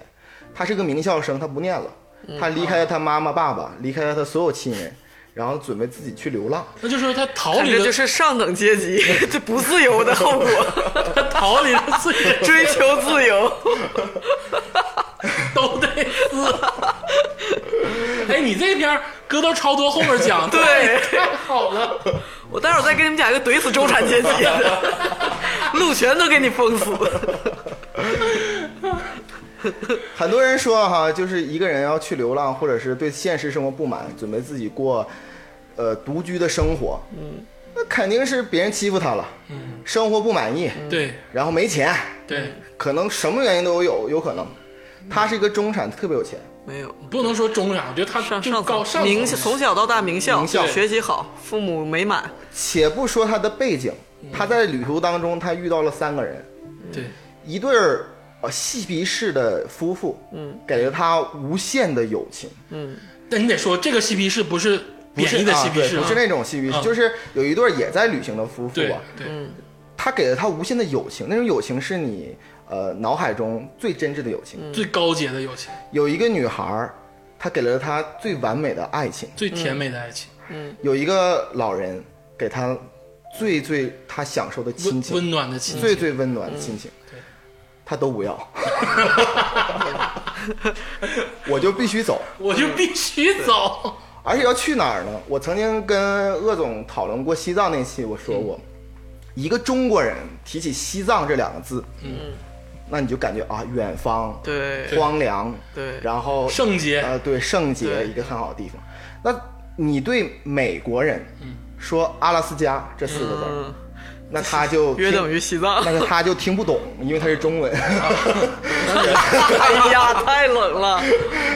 他是个名校生，他不念了，他离开了他妈妈、爸爸，离开了他所有亲人，然后准备自己去流浪。那就是说他逃反离正了，就是上等阶级 [LAUGHS] 这不自由的后果， [LAUGHS] 他逃离了自己， [LAUGHS] 追求自由。 [LAUGHS] 都得死。 [LAUGHS] 哎，你这片儿搁到超多后面 [LAUGHS] 讲，对 [LAUGHS] 太好了。我待会儿再给你们讲一个怼死中产阶级的， [LAUGHS] 陆权都给你封死。 [LAUGHS] 很多人说哈，就是一个人要去流浪，或者是对现实生活不满，准备自己过，呃，独居的生活。嗯，那肯定是别人欺负他了，嗯，生活不满意，对然后没钱，对，可能什么原因都有，有可能。他是一个中产，特别有钱，没有不能说中啊产，我觉得他上就是上高上名层从小到大名校，名校学习好，父母美满，且不说他的背景，他在旅途当中他遇到了三个人，对一对儿呃嬉皮士的夫妇，嗯，给了他无限的友情，但你得说这个嬉皮士不是贬义的嬉皮不是士啊对啊，不是那种嬉皮士，啊就是有一对儿也在旅行的夫妇对嗯啊，对，他给了他无限的友情，那种友情是你呃脑海中最真挚的友情。最高洁的友情，有一个女孩儿，她给了她最完美的爱情；最甜美的爱情，有一个老人给她最最她享受的亲温情，温暖的亲最情。嗯最温暖的亲情，对她都不要， [LAUGHS] 我就必须走。我就必须走。而且要去哪儿呢？我曾经跟鄂总讨论过西藏那期，我说嗯过，一个中国人提起西藏这两个字，嗯，那你就感觉啊，远方、对荒凉，对然后圣洁呃，对，圣洁对一个很好的地方。那你对美国人说阿拉斯加这四个字儿，嗯， [LAUGHS] 那他就约听等于啊西藏。那个他就听不懂，因为他是中文，哎呀，太冷了。 [LAUGHS]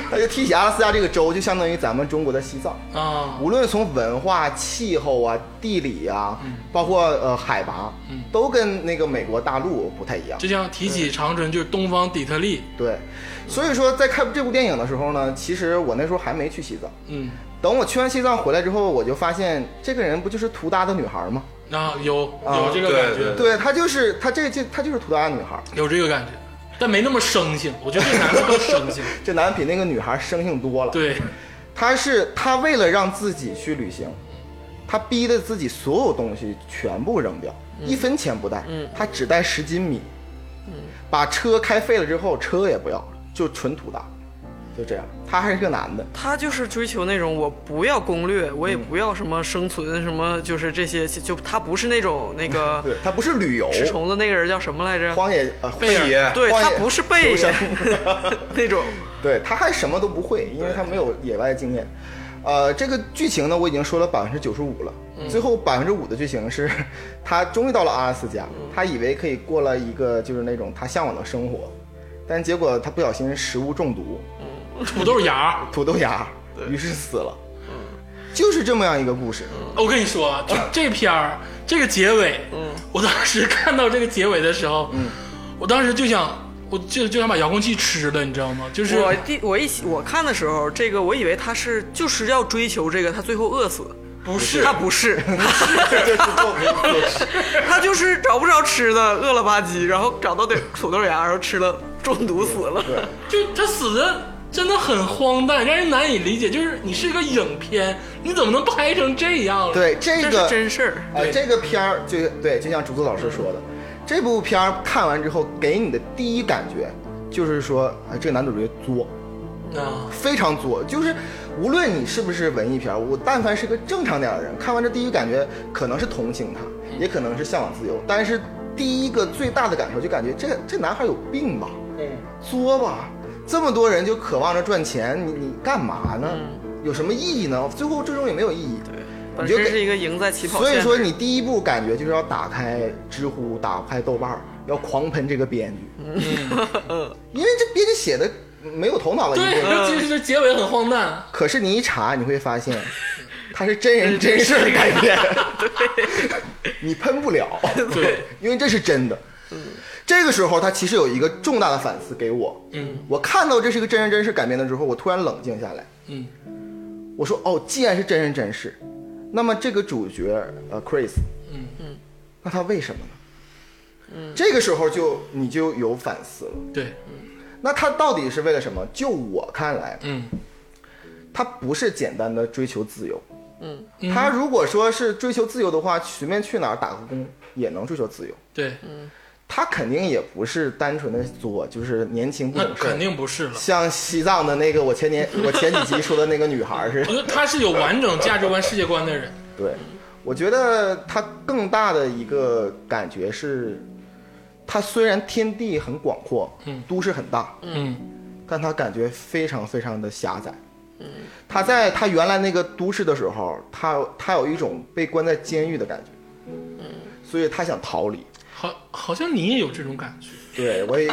他就提起阿拉斯加这个州，就相当于咱们中国的西藏。啊，无论从文化、气候啊、地理啊，嗯包括呃海拔，都跟那个美国大陆不太一样就。像提起长春，就是东方底特律。对，所以说在看这部电影的时候呢，其实我那时候还没去西藏。嗯，等我去完西藏回来之后，我就发现这个人不就是图达的女孩吗？啊，有有啊这个对感觉，对对，她就是她这这她就是图达的女孩。有这个感觉，但没那么生性。我觉得这男的更生性。这男的比那个女孩生性多了。对，他是他为了让自己去旅行，他逼得自己所有东西全部扔掉，一分钱不带，他只带十斤米，把车开废了之后车也不要，就纯土达，就这样。他还是个男的，他就是追求那种我不要攻略，我也不要什么生存，什么就是这些，就他不是那种那个嗯对他不是旅游，吃虫子那个人叫什么来着？荒野呃贝尔荒野对荒他哦野不是贝求生 [LAUGHS] 那种，对，他还什么都不会，因为他没有野外经验。呃，这个剧情呢，我已经说了百分之九十五了，最后百分之五的剧情是，他终于到了阿拉斯加，他以为可以过了一个就是那种他向往的生活，但结果他不小心食物中毒，土豆芽。土豆芽，于是死了。就是这么样一个故事。我跟你说啊，就这片儿这个结尾，我当时看到这个结尾的时候，我当时就想，我就就想把遥控器吃了，你知道吗？就是我第我一我看的时候，这个我以为他是就是要追求这个，他最后饿死。不是他不 [LAUGHS] 是，就是做做他就是找不着吃的，饿了吧唧，然后找到点土豆芽，然后吃了中毒死了。就他死的真的很荒诞，让人难以理解。就是你是一个影片，你怎么能拍成这样？，对这这个是真事儿。啊、对这个片儿就对，就像竹子老师说的，这部片儿看完之后给你的第一感觉就是说，啊，这个男主角作，啊，非常作，就是无论你是不是文艺片儿，我但凡是个正常点儿的人，看完这第一感觉可能是同情他，也可能是向往自由，但是第一个最大的感受就感觉这这男孩有病吧，嗯，作吧，这么多人就渴望着赚钱，你你干嘛呢？有什么意义呢？最后最终也没有意义。嗯本你就身给是一个赢在起跑所线以的。说，你第一步感觉就是要打开知乎，打开豆瓣儿，要狂喷这个编剧，嗯因为这编剧写的没有头脑了。对，已经这其实这结尾很荒诞。可是你一查，你会 [LAUGHS] 发现，它是真人真事儿改编，你喷不了，对，因为这是真的。这个时候，他其实有一个重大的反思给我。嗯，我看到这是一个真人真事改编的之后，我突然冷静下来。嗯，我说哦，既然是真人真事，那么这个主角呃，Chris，嗯嗯，那他为什么呢？嗯，这个时候就你就有反思了。对，那他到底是为了什么？就我看来，嗯，他不是简单的追求自由。嗯，他如果说是追求自由的话，随便去哪儿打个工也能追求自由。对，他肯定也不是单纯的作，就是年轻不那懂事儿。肯定不是了。像西藏的那个，我前年 [LAUGHS] 我前几集说的那个女孩儿似我觉。的得他是有完整价值观、世界观的人。对，我觉得他更大的一个感觉是，他虽然天地很广阔，嗯都市很大，嗯，但他感觉非常非常的狭窄。他在他原来那个都市的时候，他他有一种被关在监狱的感觉，所以他想逃离。好，好像你也有这种感觉。对我也有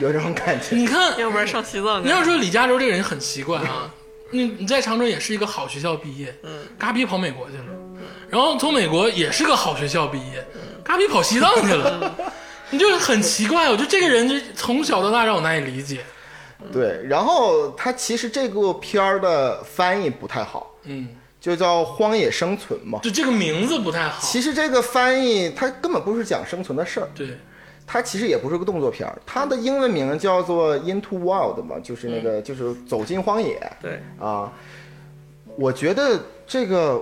有这种感觉。你看，要不然上西藏啊你要干啥。说李嘉洲这个人很奇怪啊，你你在长春也是一个好学校毕业，嘎逼跑美国去了，然后从美国也是个好学校毕业，嘎逼跑西藏去了， [LAUGHS] 你就很奇怪。我觉得这个人就从小到大让我难以理解。对，然后他其实这个片儿的翻译不太好，嗯，就叫《荒野生存》嘛。就这个名字不太好。其实这个翻译它根本不是讲生存的事儿，对，它其实也不是个动作片儿，它的英文名叫做《Into Wild》嘛，就是那个就是走进荒野对，啊。我觉得这个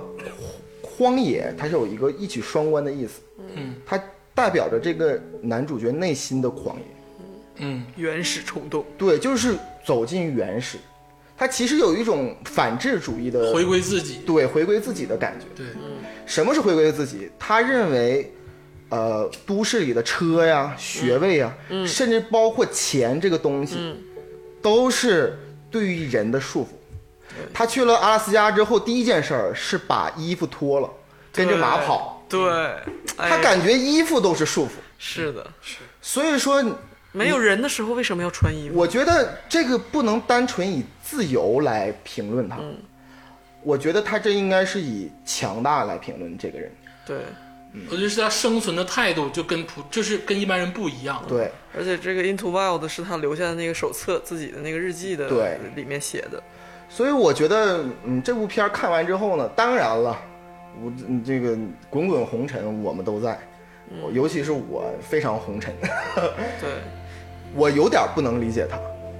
荒野它是有一个一曲双关的意思，嗯，它代表着这个男主角内心的狂野。嗯，原始冲动，对，就是走进原始，它其实有一种反智主义的回归自己，对回归自己的感觉。对，什么是回归自己？他认为，呃，都市里的车呀、学位呀，嗯甚至包括钱这个东西，都是对于人的束缚。他去了阿拉斯加之后，第一件事儿是把衣服脱了，跟着马跑。对，哎他感觉衣服都是束缚，是的，所以说，没有人的时候为什么要穿衣服？我觉得这个不能单纯以自由来评论他。嗯我觉得他这应该是以强大来评论这个人。对，我觉得是他生存的态度就跟普就是跟一般人不一样。对，而且这个 Into Wild 是他留下的那个手册，自己的那个日记的，对里面写的。所以我觉得，嗯，这部片儿看完之后呢，当然了，我嗯这个滚滚红尘我们都在，我尤其是我非常红尘， [LAUGHS] 对，我有点不能理解他，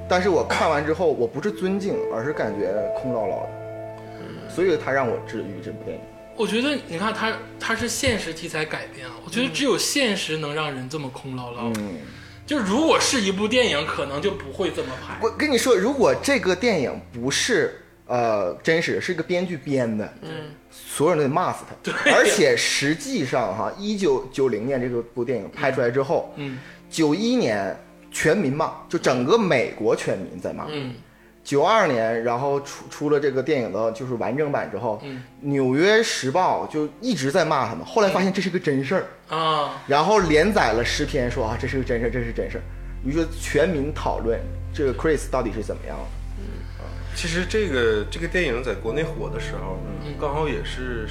但是我看完之后，我不是尊敬，而是感觉空落落的，所以他让我治愈这部电影。我觉得你看他他是现实题材改编啊，我觉得只有现实能让人这么空落落。嗯，就如果是一部电影，可能就不会这么拍。我跟你说，如果这个电影不是呃真实，是个编剧编的，嗯，所有人都得骂死他。对而且实际上哈，一九九零年这个部电影拍出来之后，嗯九一年全民骂，就整个美国全民在骂。嗯九二年，然后出出了这个电影的就是完整版之后，嗯纽约时报》就一直在骂他们。后来发现这是个真事儿，啊，然后连载了十篇，说啊这是个真事儿，这是真事儿。于是全民讨论这个 Chris 到底是怎么样的。其实这个这个电影在国内火的时候，嗯刚好也是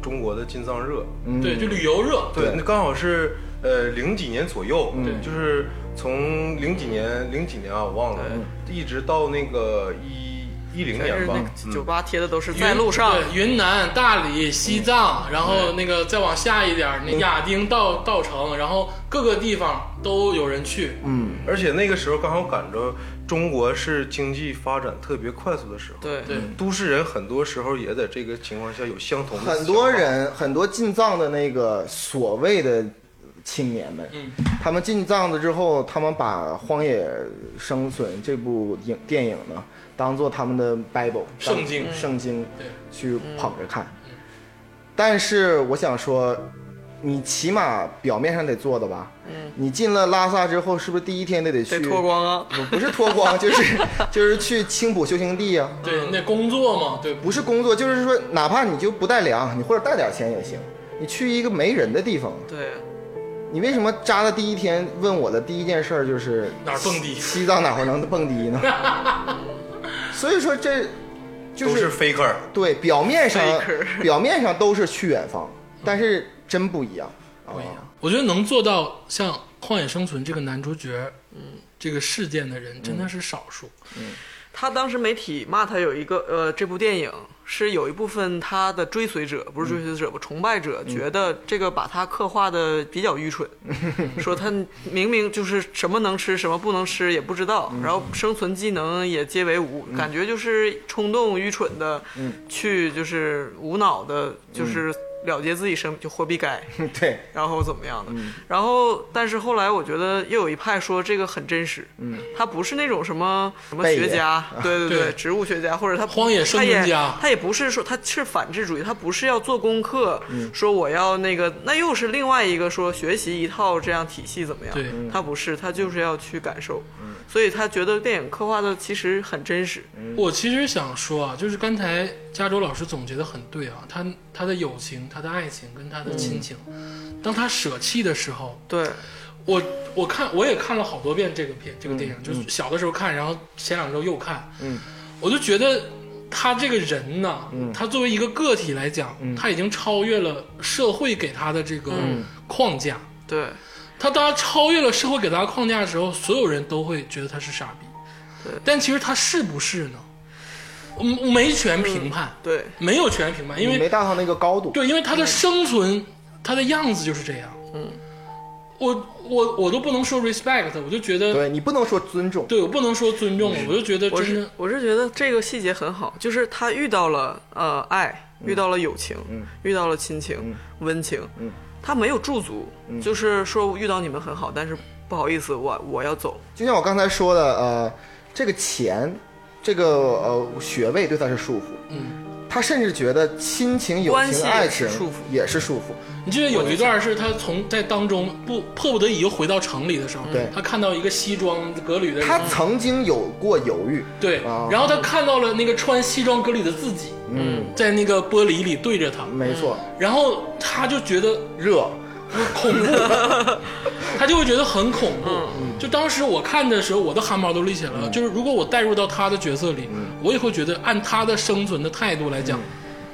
中国的金藏热，对，就旅游热，对嗯对，嗯那刚好是呃零几年左右，对就是从零几年零几年啊，我忘了，一直到那个一一零但年是吧那，个酒吧贴的都是云在路上，嗯对云南、大理、西藏，然后那个再往下一点儿，那亚丁到稻城，然后各个地方都有人去。嗯，而且那个时候刚好赶着中国是经济发展特别快速的时候，对对，都市人很多时候也在这个情况下有相同的很多想法人很多进藏的那个所谓的青年们，嗯他们进藏了之后，他们把《荒野生存》这部影电影呢，当做他们的 Bible 当嗯圣经圣经对去捧着看。但是我想说，你起码表面上得做的吧？嗯，你进了拉萨之后，是不是第一天得得去得脱？光啊。不不是脱光，就是就是去青浦修行地啊。对，那工作嘛，对，不是工作，就是说，哪怕你就不带粮，你或者带点钱也行。你去一个没人的地方，对，你为什么扎的第一天问我的第一件事儿就是哪儿蹦迪西藏哪会儿能蹦迪 [LAUGHS] 呢？所以说这就都是是 faker，对表面 [LAUGHS] 上 Faker 表面上都是去远方，但是真不一样。不一样。我觉得能做到像《荒野生存》这个男主角，嗯，这个事件的人真的是少数。他当时媒体骂他有一个呃，这部电影是有一部分他的追随者，不是追随者吧，崇拜者觉得这个把他刻画的比较愚蠢，说他明明就是什么能吃什么不能吃也不知道，然后生存技能也皆为无，感觉就是冲动愚蠢的去就是无脑的，就是了结自己生就活逼该。嗯对，然后怎么样的。嗯然后，但是后来我觉得又有一派说这个很真实，嗯，他不是那种什么什么贝学爷啊家，对对对植物学家或者他不荒野生存家他也，他也不是说他是反智主义，他不是要做功课，嗯说我要那个，那又是另外一个说学习一套这样体系怎么样？对嗯他不是，他就是要去感受，所以他觉得电影刻画的其实很真实，嗯我其实想说啊，就是刚才加州老师总结的很对啊，他他的友情、他的爱情跟他的亲情，当他舍弃的时候，对我我看我也看了好多遍这个片这个电影，就是小的时候看，然后前两周又看，嗯，我就觉得他这个人呐，他作为一个个体来讲，他已经超越了社会给他的这个框架。对他当他超越了社会给他的框架的时候，所有人都会觉得他是傻逼对。但其实他是不是呢？我我没权评判，对，没有权评判，因你没为达到那个高度。对，因为它的生存，它的样子就是这样。嗯，我我我都不能说 respect，我就觉得对你不能说尊重，对我不能说尊重，我就觉得我真是的我是觉得这个细节很好，就是他遇到了呃爱，嗯遇到了友情，遇到了亲情、温情，他没有驻足，嗯就是说遇到你们很好，但是不好意思，我我要走，就像我刚才说的，呃，这个钱，这个呃学位对他是束缚，嗯，他甚至觉得亲情、友关系情、也爱是情束缚也是束缚。你记得有一段是他从在当中不迫不得已又回到城里的时候，对他看到一个西装革履的人，他曾经有过犹豫，对，啊然后他看到了那个穿西装革履的自己，嗯，在那个玻璃里对着他，没错，然后他就觉得热，恐 [LAUGHS] 怖，他就会觉得很恐怖。嗯就当时我看的时候，我的汗毛都立起来了。就是如果我带入到他的角色里，嗯我也会觉得按他的生存的态度来讲，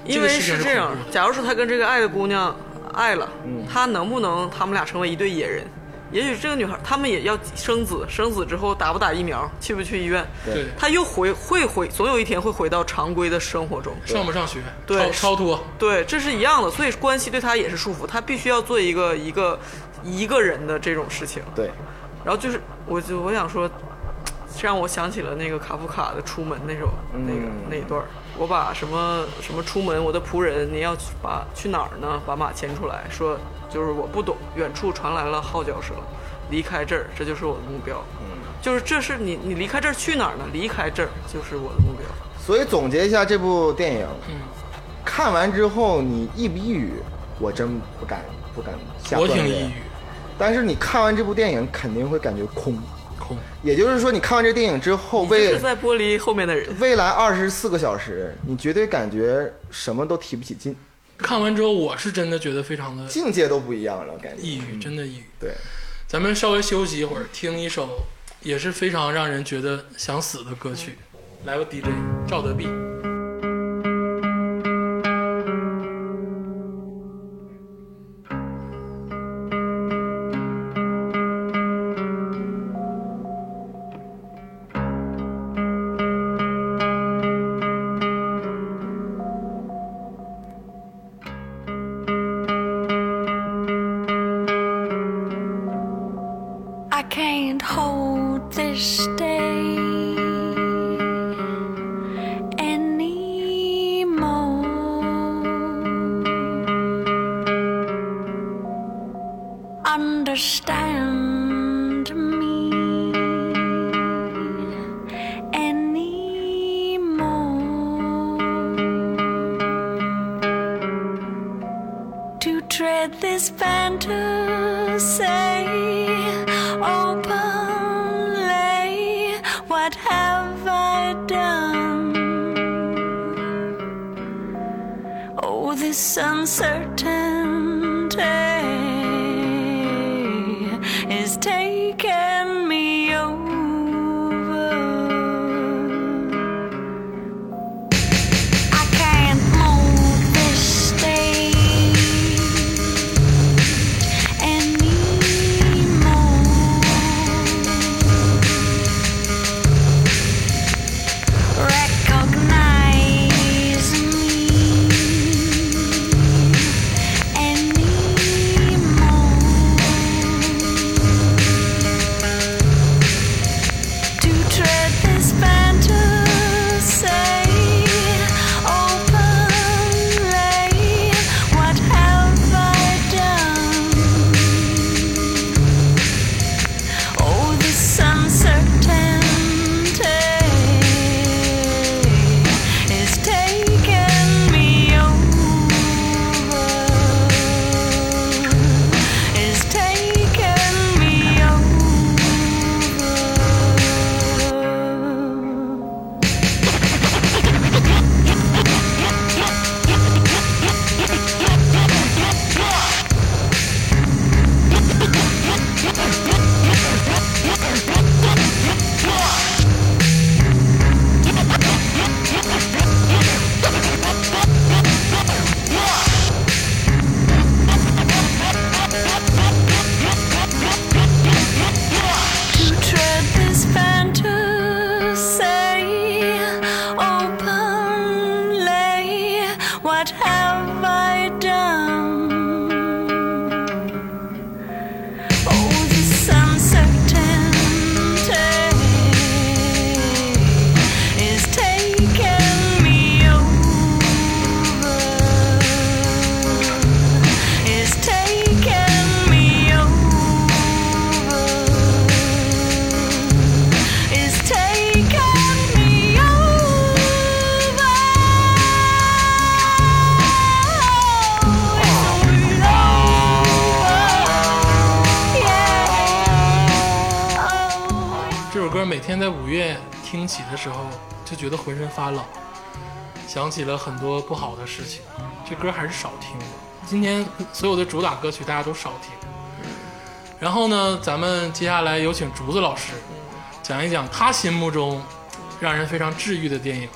这因个为事情是是这样恐怖，的嗯假如说他跟这个爱的姑娘爱了，他能不能他们俩成为一对野人？也许这个女孩，他们也要生子，生子之后打不打疫苗，去不去医院，对，他又回会回，总有一天会回到常规的生活中。上不上学，对超超脱，对，这是一样的，所以关系对他也是束缚，他必须要做一个一个一个人的这种事情。对，然后就是，我就我想说，这让我想起了那个卡夫卡的《出门》那首、那个那一段儿。我把什么什么出门，我的仆人，你要去把去哪儿呢？把马牵出来，说就是我不懂，远处传来了号角声，离开这儿，这就是我的目标。嗯，就是这是你你离开这儿去哪儿呢？离开这儿就是我的目标。所以总结一下这部电影，看完之后你抑不抑郁，我真不敢不敢下我断挺言。抑郁，但是你看完这部电影肯定会感觉空，空。也就是说你看完这电影之后，这未是在玻璃后面的人，未来二十四个小时，你绝对感觉什么都提不起劲，看完之后，我是真的觉得非常的境界都不一样了，感觉。抑郁，真的抑郁。对，咱们稍微休息一会儿，听一首也是非常让人觉得想死的歌曲。来吧，DJ 赵德跸。 I can't hold this day anymore. Understand me anymore to tread this fantasy openly. What have I done? Oh, this uncertainty is taking me over. I can't move this stage anymore. Recognize me anymore. Oh, Oh, Oh. 歌每天在五月听起的时候，就觉得浑身发冷，想起了很多不好的事情。这歌还是少听吧。今天所有的主打歌曲大家都少听。然后呢，咱们接下来有请竹子老师讲一讲他心目中让人非常治愈的电影。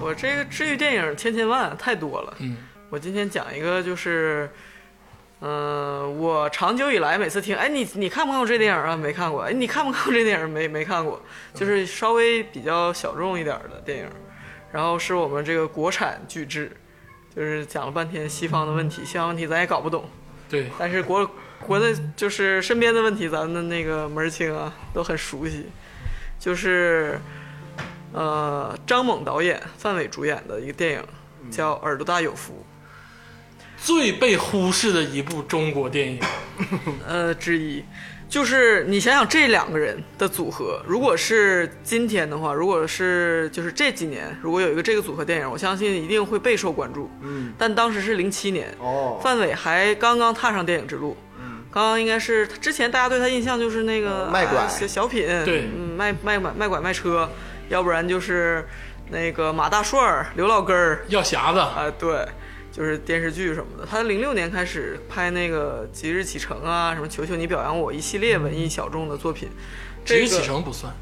我这个治愈电影千千万太多了。嗯我今天讲一个就是，嗯、我长久以来每次听，哎，你你看不看过这电影啊？没看过。哎，你看不看过这电影？没没看过。就是稍微比较小众一点的电影，然后是我们这个国产巨制，就是讲了半天西方的问题，西方问题咱也搞不懂，对，但是国国内就是身边的问题，咱们的那个门儿清啊都很熟悉，就是呃张猛导演、范伟主演的一个电嗯影叫《耳朵大有福》。最被忽视的一部中国电影。呃之一。就是你想想这两个人的组合，如果是今天的话，如果是就是这几年，如果有一个这个组合电影，我相信一定会备受关注。嗯，但当时是零七年，哦，范伟还刚刚踏上电影之路，刚刚应该是之前大家对他印象就是那个呃嗯卖拐啊小小品，对嗯，卖卖拐卖拐卖车，要不然就是那个马大帅儿、刘老根儿，药匣子，啊，对，就是电视剧什么的。他零六年开始拍那个《即日启程》啊，什么《求求你表扬我》一系列文艺小众的作品。 《这极日个启程》不算，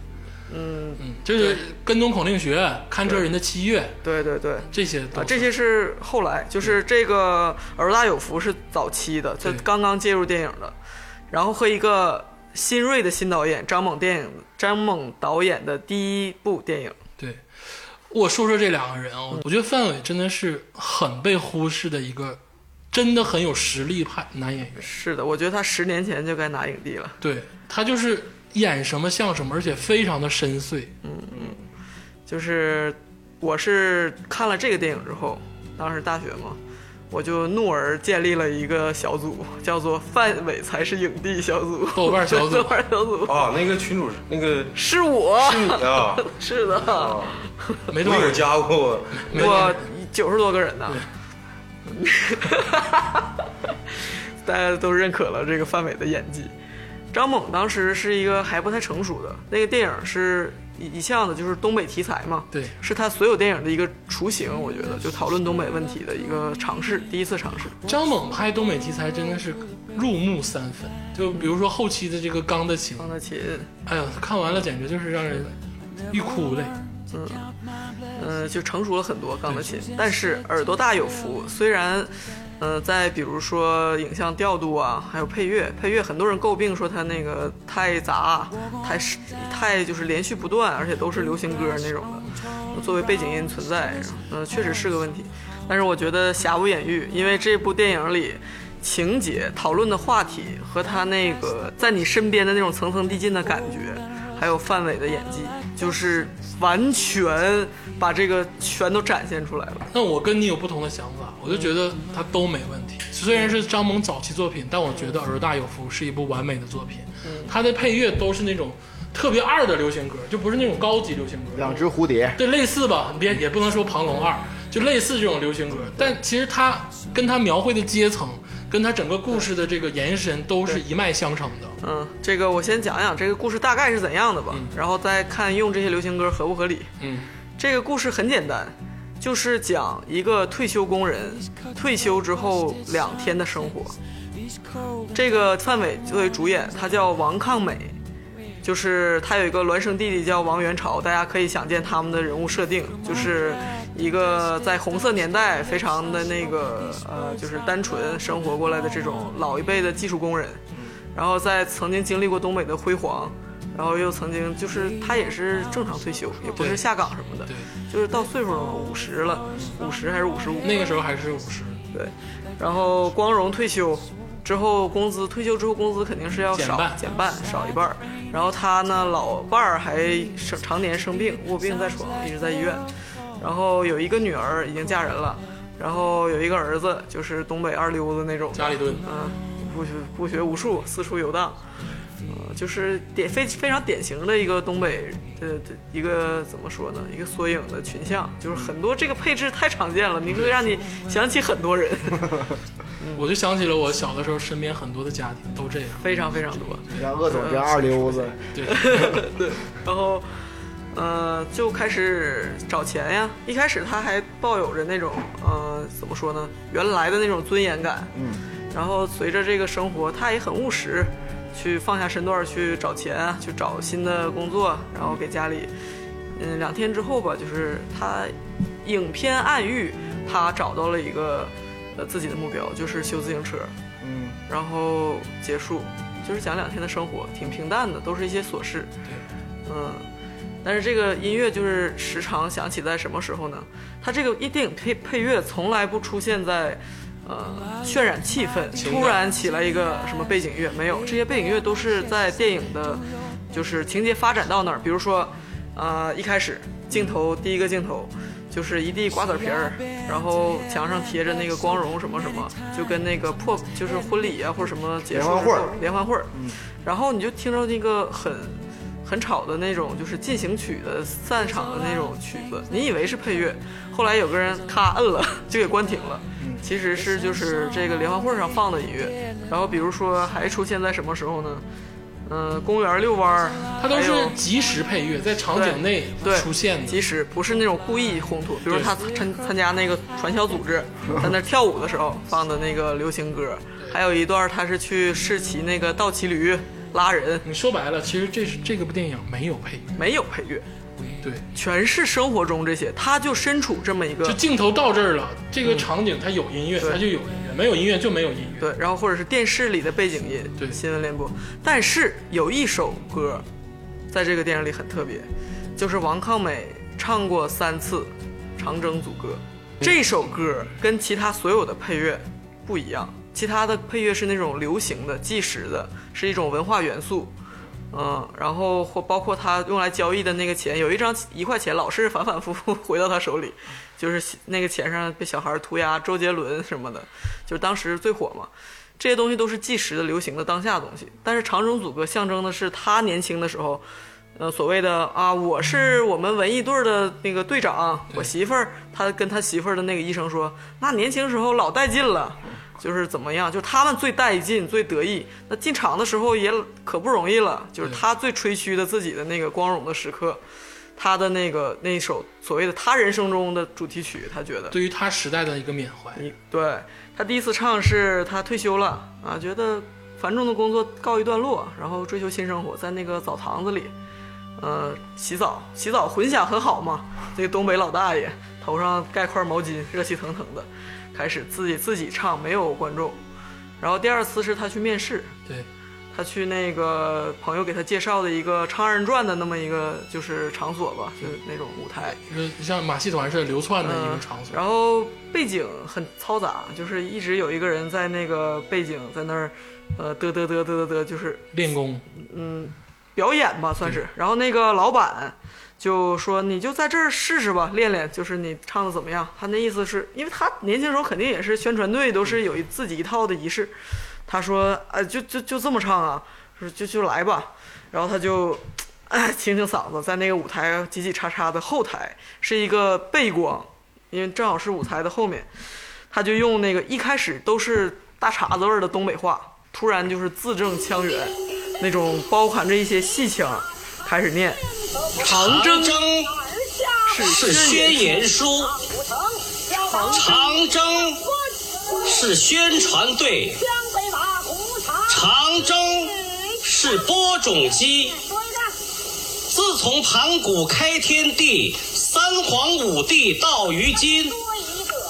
嗯，嗯，就是跟踪孔令学、看车人的七月对对对，这些都啊，算这些是后来，就是这个《耳大有福》是早期的，他对刚刚介入电影的，然后和一个新锐的新导演张猛电影张猛导演的第一部电影。对。我说说这两个人啊、我觉得范伟真的是很被忽视的一个，真的很有实力派男演员。是的，我觉得他十年前就该拿影帝了。对他就是演什么像什么，而且非常的深 [LAUGHS] 邃。就是我是看了这个电影之后，当时大学嘛，我就怒而建立了一个小组，叫做“范伟才是影帝小组”，豆瓣小组 [LAUGHS] 豆瓣小组啊，那个群主那 [LAUGHS] 个是我，是你啊， [LAUGHS] 是的，没多我少有人，加过，没多少我人九十多个人呢。 [LAUGHS] 大家都认可了这个范伟的演技。张猛当时是一个还不太成熟的，那个电影是一一向的就是东北题材嘛，对是他所有电影的一个雏形，我觉得就讨论东北问题的一个尝试，嗯第一次尝试。张猛拍东北题材真的是入木三分。就比如说后期的这个《钢的琴》，钢的琴，哎呀，看完了简直就是让人欲哭无泪。呃，就成熟了很多钢的琴，但是耳朵大有福。虽然，呃，在比如说影像调度啊，还有配乐，配乐很多人诟病说它那个太杂、啊太是太就是连续不断，而且都是流行歌那种的，作为背景音存在，呃，确实是个问题。但是我觉得瑕不掩瑜，因为这部电影里。情节讨论的话题和他那个在你身边的那种层层递进的感觉，还有范伟的演技，就是完全把这个全都展现出来了。那我跟你有不同的想法，嗯我就觉得他都没问题。虽然是张猛早期作品，但我觉得《儿大有福》是一部完美的作品。嗯他的配乐都是那种特别二的流行歌，就不是那种高级流行歌。两只蝴蝶，对，类似吧，别也不能说《庞龙二》，就类似这种流行歌。但其实它跟它描绘的阶层，跟它整个故事的这个延伸都是一脉相承的。嗯，这个我先讲讲这个故事大概是怎样的吧，然后再看用这些流行歌合不合理。嗯，这个故事很简单，就是讲一个退休工人退休之后两天的生活。这个范伟作为主演，他叫王抗美，就是他有一个孪生弟弟叫王元朝，大家可以想见他们的人物设定，就是一个在红色年代非常的那个呃，就是单纯生活过来的这种老一辈的技术工人，然后在曾经经历过东北的辉煌。然后又曾经就是他也是正常退休，也不是对下岗什么的，对，就是到岁数了嘛，五十了，五十还是五十五？那个时候还是五十，对，然后光荣退休之后，工资退休之后工资肯定是要减少半减半，少一半儿。然后他呢，老伴儿还生常年生病，卧病在床，一直在医院。然后有一个女儿已经嫁人了，然后有一个儿子，就是东北二流子那种的，家里蹲。嗯，不学不学无术，四处游荡，呃，就是典非非常典型的一个东北的的一个怎么说呢，一个缩影的群像，就是很多这个配置太常见了，你会让你想起很多人， [LAUGHS] 我就想起了我小的时候，身边很多的家庭都这样。嗯非常非常多。你像鄂总嗯这样二流子，对，然后，呃，就开始找钱呀。一开始他还抱有着那种，呃，怎么说呢，原来的那种尊严感。嗯，然后随着这个生活，他也很务实，去放下身段去找钱啊，去找新的工作，然后给家里，嗯，两天之后吧，就是他影片暗喻他找到了一个呃自己的目标，就是修自行车。嗯，然后结束，就是讲两天的生活，挺平淡的，都是一些琐事。嗯，但是这个音乐就是时常响起在什么时候呢？它这个一电影配配乐从来不出现在，呃，渲染气氛，情感突然起来一个什么背景乐没有，这些背景乐都是在电影的，就是情节发展到那儿，比如说，呃，一开始镜头第一个镜头。就是一地瓜子皮儿，然后墙上贴着那个光荣什么什么，就跟那个破就是婚礼啊或者什么结束联欢会儿之后联欢会儿，然后你就听着那个很很吵的那种，就是进行曲的散场的那种曲子，嗯你以为是配乐，后来有个人咔摁了， [LAUGHS] 就给关停了。嗯其实是就是这个联欢会上放的音乐，然后比如说还出现在什么时候呢？嗯、公园遛弯儿，它都还有是及时配乐，在场景内对出现的。及时，不是那种故意烘托。比如对他参参加那个传销组织，在那跳舞的时候放的那个流行歌，还有一段他是去试骑那个倒骑驴拉人，你说白了，其实这是这个部电影没有配乐，没有配乐，对，全是生活中这些。他就身处这么一就个镜头到这儿了，这个场景它有音乐，对它就有音乐，没有音乐就没有音乐。对，然后或者是电视里的背景音，对新闻联播。但是有一首歌，在这个电影里很特别，就是王抗美唱过三次《长征组歌》。这首歌跟其他所有的配乐不一样，其他的配乐是那种流行的、纪实的，是一种文化元素。嗯，然后或包括他用来交易的那个钱，有一张一块钱老是反反复复回到他手里，就是那个钱上被小孩涂鸦，周杰伦什么的，就是当时最火嘛。这些东西都是即时的、流行的、当下的东西。但是长征组歌象征的是他年轻的时候，呃，所谓的啊，我是我们文艺队儿的那个队长，我媳妇儿，他跟他媳妇儿的那个医生说，那年轻时候老带劲了。就是怎么样，就他们最带劲、最得意。那进场的时候也可不容易了，就是他最吹嘘的自己的那个光荣的时刻，他的那个那首所谓的他人生中的主题曲，他觉得对于他时代的一个缅怀，你对他第一次唱是他退休了啊，觉得繁重的工作告一段落，然后追求新生活，在那个澡堂子里，呃，洗澡，洗澡混响很好嘛。这个东北老大爷头上盖块毛巾，热气腾腾的，开始自己自己唱，没有观众。然后第二次是他去面试，对，他去那个朋友给他介绍的一个《唱二人转》的那么一个就是场所吧，就是那种舞台。就是像马戏团似的流窜的一个场所。嗯然后背景很嘈杂，就是一直有一个人在那个背景在那儿，呃，嘚嘚嘚嘚嘚嘚，就是练功，表演吧，算是。然后那个老板就说：“你就在这儿试试吧，练练，就是你唱的怎么样。”他那意思是因为他年轻时候肯定也是宣传队，都是有一自己一套的仪式。他说：“呃，就就就这么唱啊，说就就来吧。”然后他就。哎，清清嗓子，在那个舞台叽叽喳喳的后台是一个背光，因为正好是舞台的后面，他就用那个一开始都是大碴子味儿的东北话，突然就是字正腔圆，那种包含着一些戏腔，开始念长征征是宣言书，长征是宣传队，长征是播种机。自从盘古开天地，三皇五帝到于 [CLEARS THROAT] 今，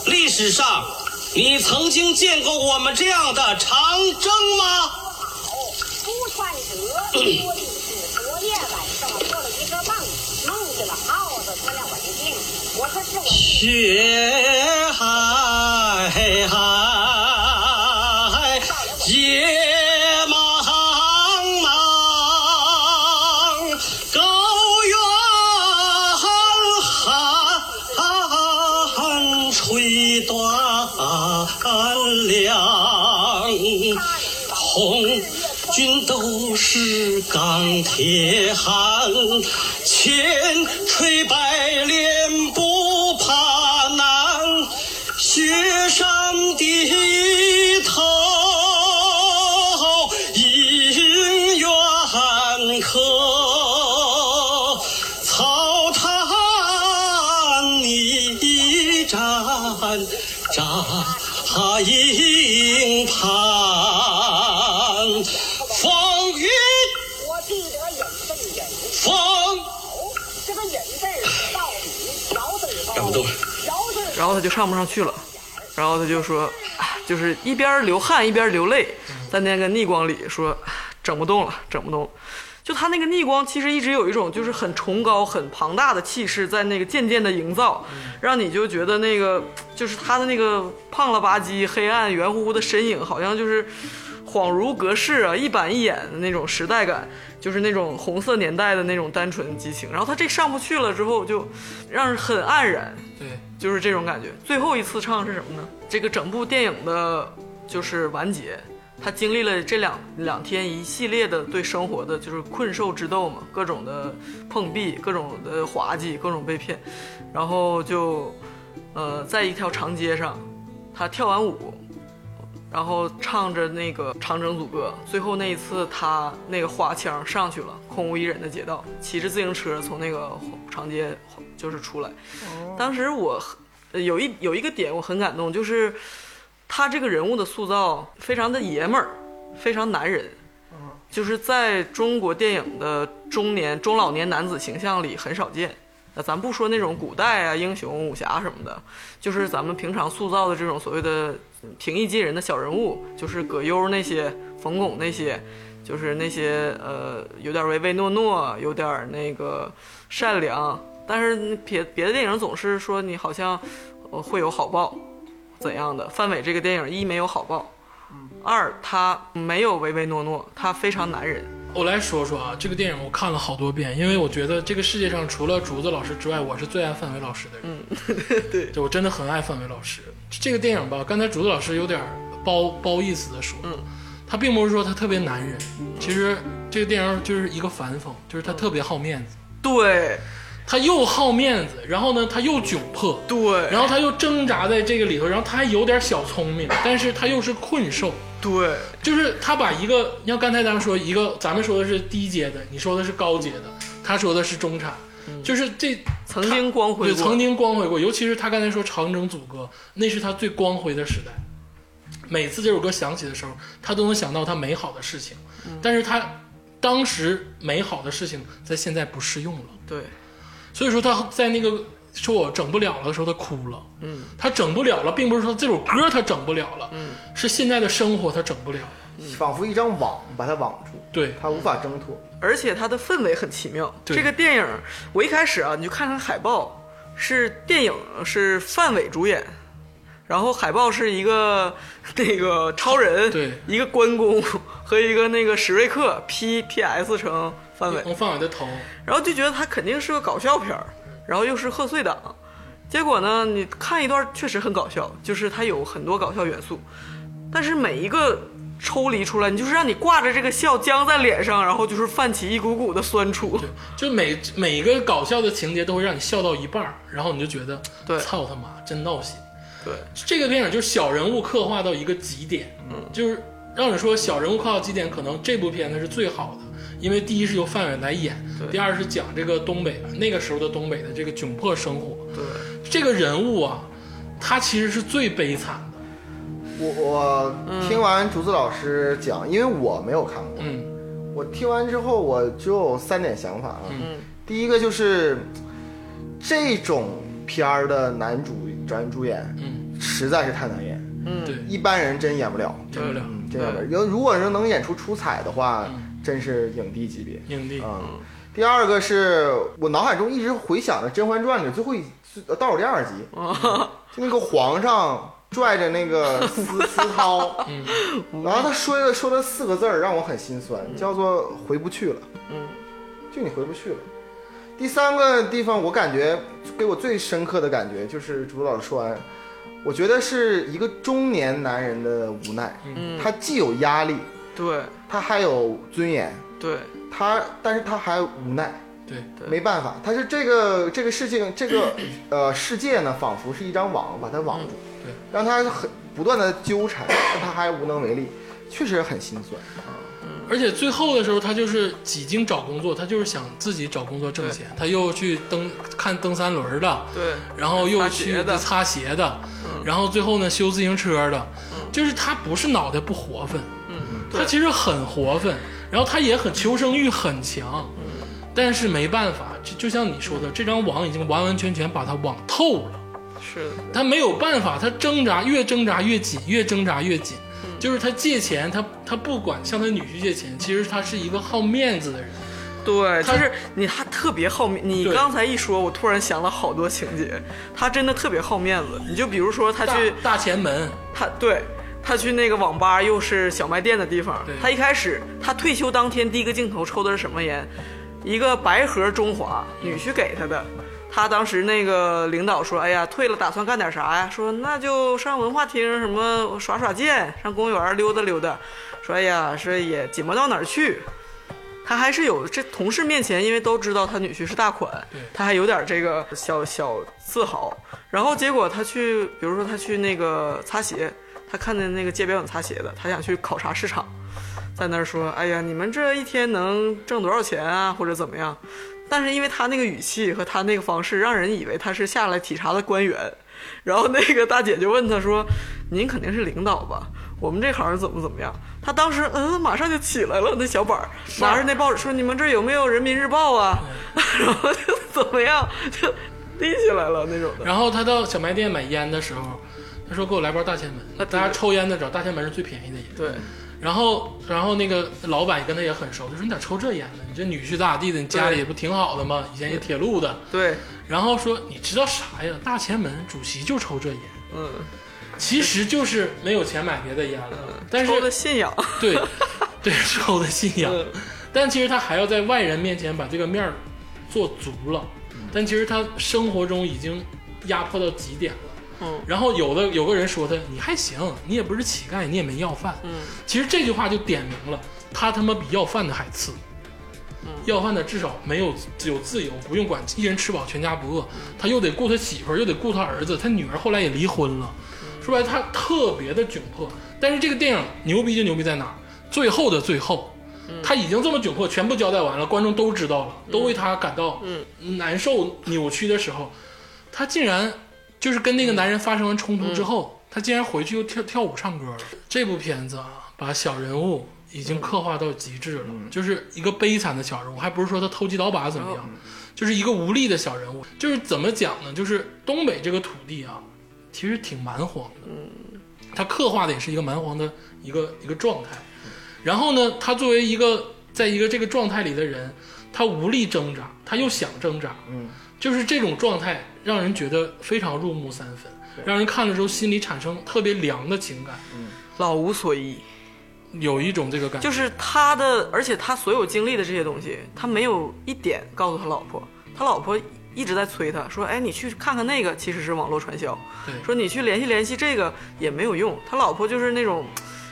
历史上你曾经见过我们这样的长征吗？初篡者，说的是昨夜晚上我做了一个梦，梦见了耗子它让我去病，我说是我自己血海海夜茫茫，高原寒吹断凉。军都是钢铁汉，千锤百炼不怕难，雪山的头银元科，草滩一战扎营盘，风雨我必得忍阵忍风。头。这个忍字儿到底饶嘴让高我们，动饶嘴然后他就唱不上去了，然后他就说，哎就是一边流汗一边流泪，在那个逆光里说，哎整不动了，整不动了。就他那个逆光，其实一直有一种就是很崇高、很庞大的气势，在那个渐渐的营造，让你就觉得那个就是他的那个胖了吧唧、黑暗圆乎乎的身影，好像就是恍如隔世啊，一板一眼的那种时代感，就是那种红色年代的那种单纯激情。然后他这上不去了之后，就让人很黯然，对，就是这种感觉。最后一次唱是什么呢？这个整部电影的，就是完结，他经历了这两两天一系列的对生活的就是困兽之斗嘛，各种的碰壁，各种的滑稽，各种被骗，然后就，呃，在一条长街上，他跳完舞，然后唱着那个《长征组歌》，最后那一次他那个花腔上去了，空无一人的街道，骑着自行车从那个长街就是出来。当时我呃有一有一个点我很感动，就是他这个人物的塑造非常的爷们儿，非常男人，就是在中国电影的中年中老年男子形象里很少见。呃，咱不说那种古代啊、英雄、武侠什么的，就是咱们平常塑造的这种所谓的平易近人的小人物，就是葛优那些、冯巩那些，就是那些呃有点唯唯诺诺，有点那个善良，但是别别的电影总是说你好像、呃、会有好报怎样的。范伟这个电影一没有好报，二他没有唯唯诺诺，他非常男人。我来说说啊，这个电影我看了好多遍，因为我觉得这个世界上除了竹子老师之外，我是最爱范伟老师的人。嗯 [LAUGHS] 对，我真的很爱范伟老师。这个电影吧，刚才竹子老师有点褒褒义词的说，嗯，他并不是说他特别男人，其实这个电影就是一个反讽，就是他特别好面子，对他又好面子，然后呢他又窘迫，嗯对，然后他又挣扎在这个里头，然后他还有点小聪明，但是他又是困兽。对就是他把一个，你像刚才咱们说一个，咱们说的是低阶的，你说的是高阶的，他说的是中产，就是这曾经光辉对过，曾经光辉过，尤其是他刚才说长征组歌，那是他最光辉的时代。每次这首歌响起的时候，他都能想到他美好的事情，但是他当时美好的事情在现在不适用了。对所以说他在那个说我整不了了的时候，他哭了。嗯，他整不了了，并不是说这首歌他整不了了，嗯，是现在的生活他整不了了。仿佛一张网把它网住，对，它无法挣脱。而且它的氛围很奇妙。对这个电影，我一开始啊，你就看看海报，是电影是范伟主演，然后海报是一个那个超人，对一个关公和一个那个史瑞克 P P S 成范伟，能范伟的头，然后就觉得他肯定是个搞笑片儿，然后又是贺岁档，结果呢，你看一段确实很搞笑，就是它有很多搞笑元素，但是每一个抽离出来，你就是让你挂着这个笑僵在脸上，然后就是泛起一股股的酸楚。就每每一个搞笑的情节都会让你笑到一半儿，然后你就觉得，对操他妈，真闹心。对，这个电影就是小人物刻画到一个极点，嗯，就是让你说小人物刻画到极点，可能这部片子是最好的，因为第一是由范伟来演，对第二是讲这个东北那个时候的东北的这个窘迫生活，对，这个人物啊，他其实是最悲惨的，我我听完竹子老师讲，因为我没有看过，嗯我听完之后我只有三点想法啊。嗯第一个就是这种片儿的男主男主演嗯，实在是太难演，嗯对，一般人真演不了，演不了，嗯，真演不了。要如果是能演出出彩的话，真是影帝级别。影帝，嗯，第二个是我脑海中一直回想着《甄嬛传》里最后一最呃倒数第二集，就那个皇上拽着那个司司涛，然后他说了说了四个字儿，让我很心酸，叫做回不去了。嗯，就你回不去了。第三个地方，我感觉给我最深刻的感觉就是主导说完，我觉得是一个中年男人的无奈，他既有压力，对他还有尊严，对他但是他还无奈，对，对没办法，他是这个这个事情，这个呃世界呢，仿佛是一张网把他网住，对，让他很不断的纠缠，但他还无能为力，确实很心酸。而且最后的时候，他就是几经找工作，他就是想自己找工作挣钱，他又去登看蹬三轮的，对然后又擦鞋去的嗯擦鞋的，然后最后呢修自行车的，就是他不是脑袋不活泛，嗯对他其实很活泛，然后他也很求生欲很强，嗯但是没办法，就就像你说的，这张网已经完完全全把他网透了。是的，他没有办法，他挣扎越挣扎越紧，越挣扎越紧。嗯就是他借钱，他他不管向他女婿借钱，其实他是一个好面子的人。对，他就是你还特别好面。你对刚才一说，我突然想了好多情节。他真的特别好面子。你就比如说他大去大前门，他对他去那个网吧，又是小卖店的地方对。他一开始他退休当天第一个镜头抽的是什么烟？一个白盒中华，女婿给他的。他当时那个领导说：“哎呀，退了打算干点啥呀？”说那就上文化厅什么耍耍剑，上公园溜达溜达。说哎呀，说也紧不到哪儿去。他还是有这同事面前，因为都知道他女婿是大款对，他还有点这个小小自豪。然后结果他去，比如说他去那个擦鞋，他看见那个街边有擦鞋的，他想去考察市场，在那儿说：“哎呀，你们这一天能挣多少钱啊，或者怎么样？”但是因为他那个语气和他那个方式，让人以为他是下来体察的官员。然后那个大姐就问他说：“您肯定是领导吧？我们这行怎么怎么样？”他当时嗯，马上就起来了，那小板儿拿着那报纸说：“你们这儿有没有人民日报啊？”然后就怎么样就立起来了那种的。然后他到小卖店买烟的时候，他说：“给我来包大前门。”大家抽烟的找大前门是最便宜的烟。对然后，然后那个老板跟他也很熟，就说：“你咋抽这烟呢？你这女婿咋地的？你家里对不挺好的吗？以前也铁路的。对，”然后说：“你知道啥呀？大前门主席就抽这烟，嗯，其实就是没有钱买别的烟了，但是嗯抽的信仰，对， [LAUGHS] 对，受的信仰。嗯但其实他还要在外人面前把这个面儿做足了，嗯但其实他生活中已经压迫到极点了。嗯然后有的有个人说他，你还行，你也不是乞丐，你也没要饭。嗯，其实这句话就点明了，他他妈比要饭的还次。要饭的至少没有有自由，不用管一人吃饱全家不饿，他又得顾他媳妇儿，又得顾他儿子，他女儿后来也离婚了，说白了他特别的窘迫。但是这个电影牛逼就牛逼在哪儿？最后的最后，他已经这么窘迫，全部交代完了，观众都知道了，都为他感到难受、扭曲的时候，他竟然就是跟那个男人发生完冲突之后，他竟然回去又跳跳舞唱歌了。这部片子啊，把小人物已经刻画到极致了，就是一个悲惨的小人物，还不是说他偷鸡倒把怎么样，就是一个无力的小人物。就是怎么讲呢？就是东北这个土地啊，其实挺蛮荒的，他刻画的也是一个蛮荒的一个一个状态。然后呢，他作为一个在一个这个状态里的人，他无力挣扎，他又想挣扎，嗯，就是这种状态让人觉得非常入木三分，让人看了之后心里产生特别凉的情感，老无所依。嗯有一种这个感觉。就是他的，而且他所有经历的这些东西，他没有一点告诉他老婆，他老婆一直在催他说：“哎，你去看看那个，其实是网络传销。对”说你去联系联系这个也没有用。他老婆就是那种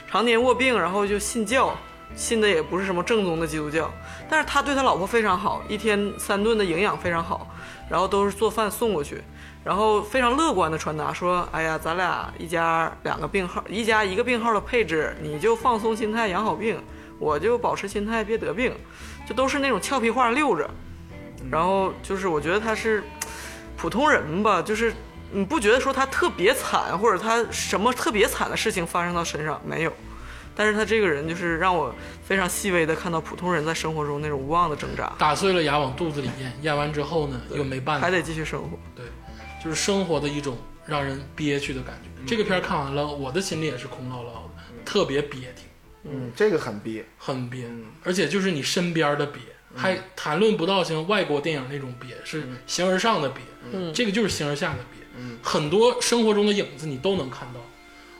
常年卧病，然后就信教，信的也不是什么正宗的基督教，但是他对他老婆非常好，一天三顿的营养非常好，然后都是做饭送过去。然后非常乐观的传达说：“哎呀，咱俩一家两个病号，一家一个病号的配置，你就放松心态养好病，我就保持心态别得病。”就都是那种俏皮话溜着。然后就是我觉得他是普通人吧，就是你不觉得说他特别惨，或者他什么特别惨的事情发生到身上没有。但是他这个人就是让我非常细微的看到普通人在生活中那种无望的挣扎，打碎了牙往肚子里咽，咽完之后呢，又没办法还，得继续生活。对，就是生活的一种让人憋屈的感觉。嗯这个片儿看完了，我的心里也是空落落的，特别憋挺。嗯，这个很憋。很憋，而且就是你身边的憋，还谈论不到像外国电影那种憋，是形而上的憋，这个就是形而下的憋。很多生活中的影子你都能看到。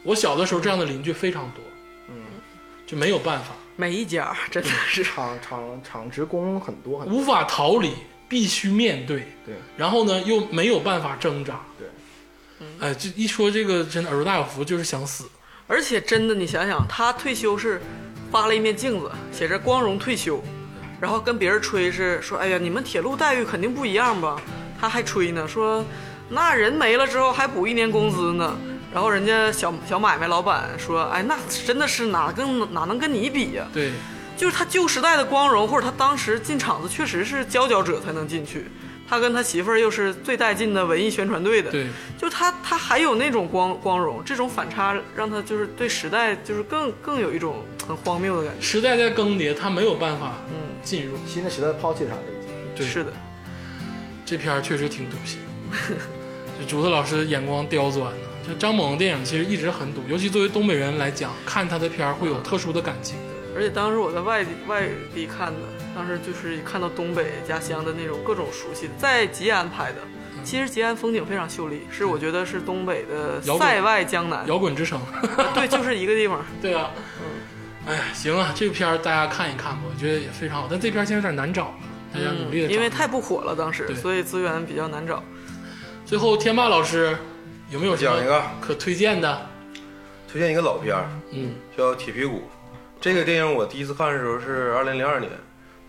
我小的时候这样的邻居非常多，就没有办法，每一家真的是厂厂厂职工很多很多，无法逃离，必须面对。对，然后呢，又没有办法挣扎。对，哎，这一说这个真的耳朵大有福，就是想死。而且真的，你想想，他退休是发了一面镜子，写着“光荣退休”，然后跟别人吹是说：“哎呀，你们铁路待遇肯定不一样吧？”他还吹呢，说：“那人没了之后还补一年工资呢。”然后人家小小买卖老板说：“哎，那真的是哪跟哪能跟你比呀、对，就是他旧时代的光荣，或者他当时进厂子确实是佼佼者才能进去。他跟他媳妇儿又是最带劲的文艺宣传队的，对，就他他还有那种光光荣，这种反差让他就是对时代就是更更有一种很荒谬的感觉。时代在更迭，他没有办法进入。新的时代抛弃了他这一集，对，是的，这片儿确实挺堵心。就竹子老师眼光刁钻的，就张猛的电影其实一直很堵，尤其作为东北人来讲，看他的片儿会有特殊的感情。而且当时我在外地外地看的，当时就是看到东北家乡的那种各种熟悉的，在吉安拍的。嗯其实吉安风景非常秀丽，是我觉得是东北的摇滚塞外江南，摇滚之城， [LAUGHS] 对，就是一个地方。 [LAUGHS] 对啊，嗯哎呀，行啊，这片儿大家看一看吧，我觉得也非常好，但这片儿现在有点难找了，大家努力的、嗯因为太不火了，当时对，所以资源比较难找。最后天霸老师有没有什么讲一个可推荐的？推荐一个老片儿，嗯，叫《铁皮鼓》。这个电影我第一次看的时候是二零零二年，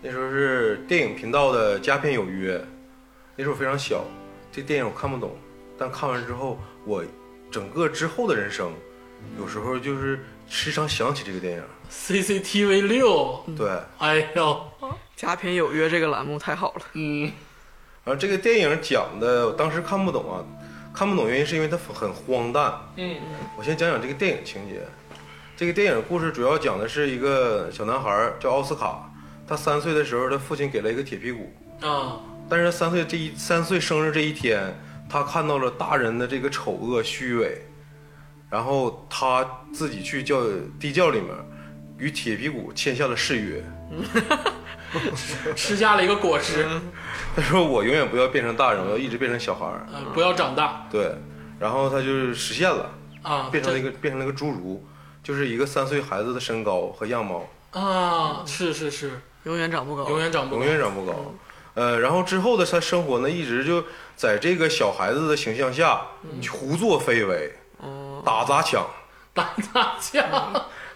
那时候是电影频道的《佳片有约》，那时候我非常小，这电影我看不懂，但看完之后，我整个之后的人生，有时候就是时常想起这个电影。 CCTV 六，对，哎呦，佳品有约这个栏目太好了，嗯，然后这个电影讲的，我当时看不懂啊，看不懂原因是因为它很荒诞。嗯，我先讲讲这个电影情节。这个电影故事主要讲的是一个小男孩儿叫奥斯卡，他三岁的时候，他父亲给了一个铁皮鼓，啊，但是他三岁这一三岁生日这一天，他看到了大人的这个丑恶虚伪，然后他自己去教地窖里面与铁皮鼓签下了誓约。吃下了一个果实，嗯他说：“我永远不要变成大人，我要一直变成小孩儿。呃，不要长大”对，然后他就是实现了，啊，变成了一个变成了一个侏儒，就是一个三岁孩子的身高和样貌。这啊，是是是，永远长不高。永远长不永高，远长不哦高。呃，然后之后的他生活呢，一直就在这个小孩子的形象下、嗯胡作非为，哦打砸抢，打大架，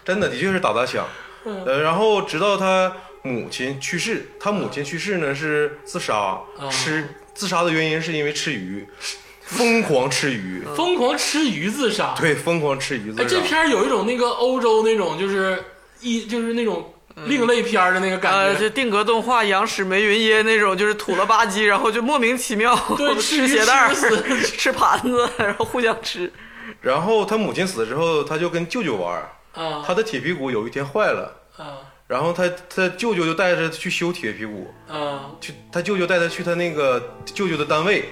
真的的确是打砸抢。嗯呃，然后直到他母亲去世，他母亲去世呢是自杀，哦吃自杀的原因是因为吃鱼，疯狂吃鱼，疯狂吃鱼自杀。对，疯狂吃鱼哦哎，自杀这。片儿有一种那个欧洲那种就是一就是那种另类片儿的那个呃，感觉，这定格动画《羊齿梅云耶》那种，就是土了吧唧，然后就莫名其妙对吃 [LAUGHS] 吃鞋带儿、 [LAUGHS] 吃死吃盘子，然后互相吃。然后他母亲死之后，他就跟舅舅玩儿，啊他的铁皮鼓有一天坏了，啊然后他他舅舅就带着他去修铁皮鼓，啊去他舅舅带他去他那个舅舅的单位，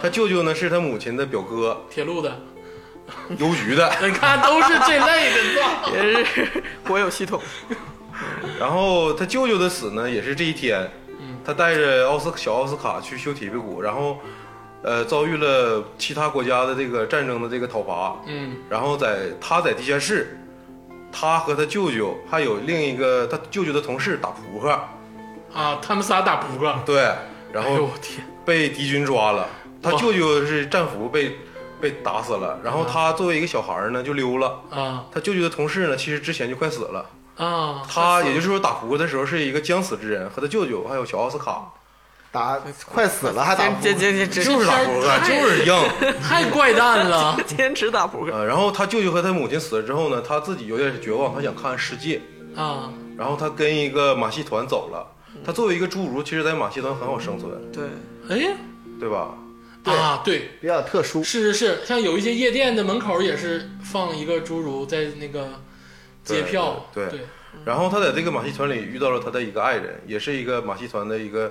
他舅舅呢是他母亲的表哥，铁路的，邮局的。 [LAUGHS] 你看都是这类的，你知道吗也是 [LAUGHS] 国有系统，然后他舅舅的死呢也是这一天，他带着奥斯小奥斯卡去修铁皮鼓，然后呃遭遇了其他国家的这个战争的这个讨伐， [LAUGHS] 嗯然后在他在地下室，他和他舅舅还有另一个他舅舅的同事打扑克，啊，他们仨打扑克，对，然哎呦后我天，被敌军抓了，他哇舅舅是战俘被被打死了，然后他作为一个小孩儿呢就溜了。啊他舅舅的同事呢，其实之前就快死了。啊，他也就是说打扑克的时候是一个将死之人，和他舅舅还有小奥斯卡打快死了还打不坚坚坚持就是打扑哎扑克就是硬。 [LAUGHS] 太怪诞了， [LAUGHS] 坚持打扑克。呃，然后他舅舅和他母亲死了之后呢，他自己有点绝望，他想看世界。啊然后他跟一个马戏团走了。他作为一个侏儒，其实在马戏团很好生存，对，哎对吧？啊对。比较特殊。是是是，像有一些夜店的门口也是放一个侏儒在那个接票，对对对然后他在这个马戏团里遇到了他的一个爱人，也是一个马戏团的一个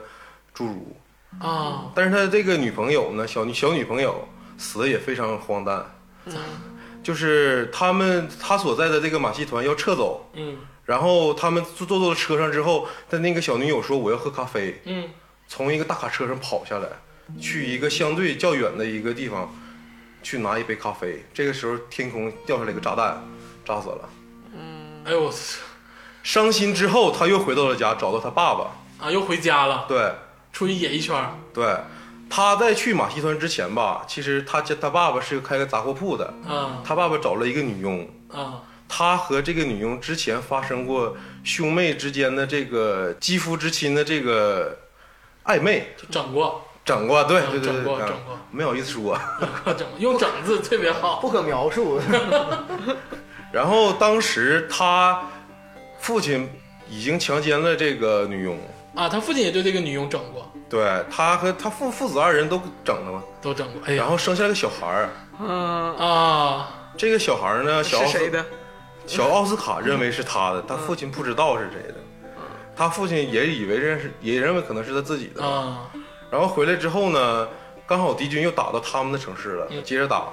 侏儒。啊，但是他这个女朋友呢，小女小女朋友死的也非常荒诞，就是他们他所在的这个马戏团要撤走，嗯然后他们坐坐到车上之后，他那个小女友说我要喝咖啡，嗯，从一个大卡车上跑下来，去一个相对较远的一个地方去拿一杯咖啡。这个时候天空掉下来一个炸弹，炸死了。哎呦我伤心之后，他又回到了家，找到他爸爸，啊又回家了，对。出去野一圈儿，对，他在去马戏团之前吧，其实他家他爸爸是开个杂货铺的，啊他爸爸找了一个女佣，啊他和这个女佣之前发生过兄妹之间的这个肌肤之亲的这个暧昧，就整过， [LAUGHS] 整过，对嗯对对整过对，啊整过没好意思说。整过用“整”字特别好。不可描述。 [LAUGHS] 然后当时他父亲已经强奸了这个女佣，啊，他父亲也对这个女佣整过，对他和他父父子二人都整了嘛，都整过。哎呀然后生下了个小孩儿。嗯，啊，这个小孩儿呢，小是奥斯谁的？嗯小奥斯卡认为是他的，他父亲不知道是谁的，他父亲也以为认识，也认为可能是他自己的。嗯啊，然后回来之后呢，刚好敌军又打到他们的城市了，嗯接着打。